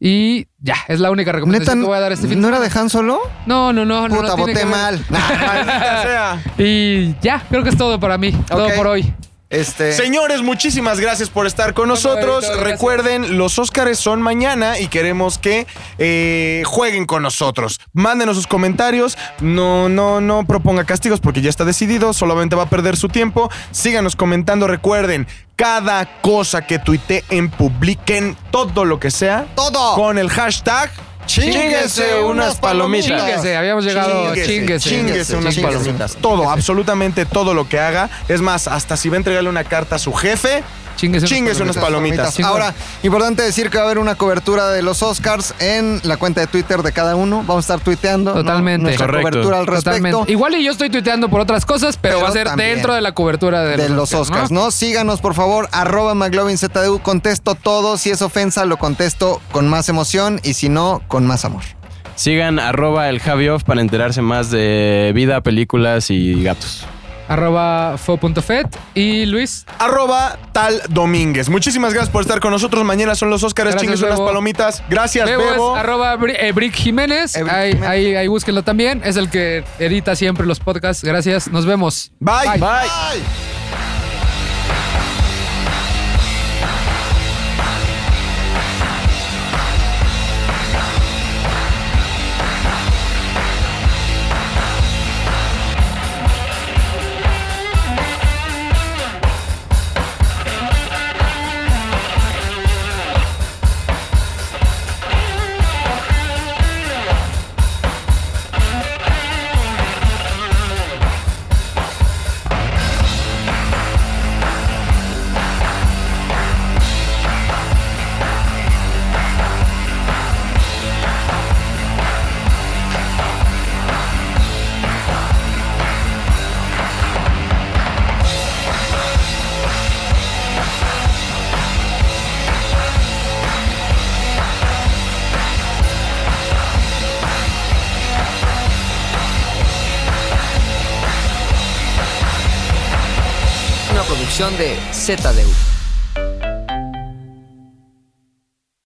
S2: Y ya, es la única
S3: Neta,
S2: recomendación que voy a dar este fin.
S3: ¿no era de Han Solo?
S2: No, no, no. no,
S3: Puta,
S2: no tiene
S3: voté
S2: que ver.
S3: mal. Nah,
S1: Maldita sea.
S2: Y ya, creo que es todo para mí. Todo
S3: Ok.
S2: por hoy.
S3: este,
S1: Señores, muchísimas gracias por estar con
S2: No,
S1: nosotros.
S2: Roberto, gracias.
S1: Recuerden, los Óscares son mañana y queremos que eh, jueguen con nosotros. Mándenos sus comentarios. No, no, no proponga castigos porque ya está decidido. Solamente va a perder su tiempo. Síganos comentando. Recuerden, cada cosa que tuiteen, publiquen todo lo que sea
S3: todo.
S1: con el hashtag
S3: Chínguense Oh. unas palomitas.
S2: Chínguese, habíamos llegado. Chínguese.
S1: Chinguese unas
S3: Chínguese.
S1: palomitas. Todo, absolutamente todo lo que haga. Es más, hasta si va a entregarle una carta a su jefe,
S2: Chingues.
S1: Chingues unas palomitas.
S2: Chingón.
S3: Ahora, importante decir que va a haber una cobertura de los Oscars en la cuenta de Twitter de cada uno. Vamos a estar tuiteando. ¿no?
S2: Totalmente.
S3: Nuestra
S4: Correcto.
S3: cobertura al respecto.
S2: Totalmente. Igual y yo estoy tuiteando por otras cosas, pero,
S3: Pero
S2: va a ser
S3: también
S2: dentro de la cobertura de,
S3: de los Oscars, ¿no? Síganos, por favor, arroba McLovinZDU. Contesto todo. Si es ofensa, lo contesto con más emoción y si no, con más amor.
S4: Sigan arroba el Javi Off para enterarse más de vida, películas y gatos.
S2: arroba fo.fet y Luis.
S1: arroba tal Domínguez. Muchísimas gracias por estar con nosotros. Mañana son los Óscares,
S2: Gracias,
S1: chingues unas
S2: Bebo.
S1: palomitas. Gracias,
S2: Bebo
S1: Bebo.
S2: es arroba Bri- eh, Brick Jiménez.
S3: Eh, Brick
S2: ahí,
S3: Jiménez.
S2: ahí, ahí búsquenlo también. Es el que edita siempre los podcasts. Gracias. Nos vemos.
S1: Bye.
S2: Bye.
S1: Bye.
S5: Una producción de ZDU.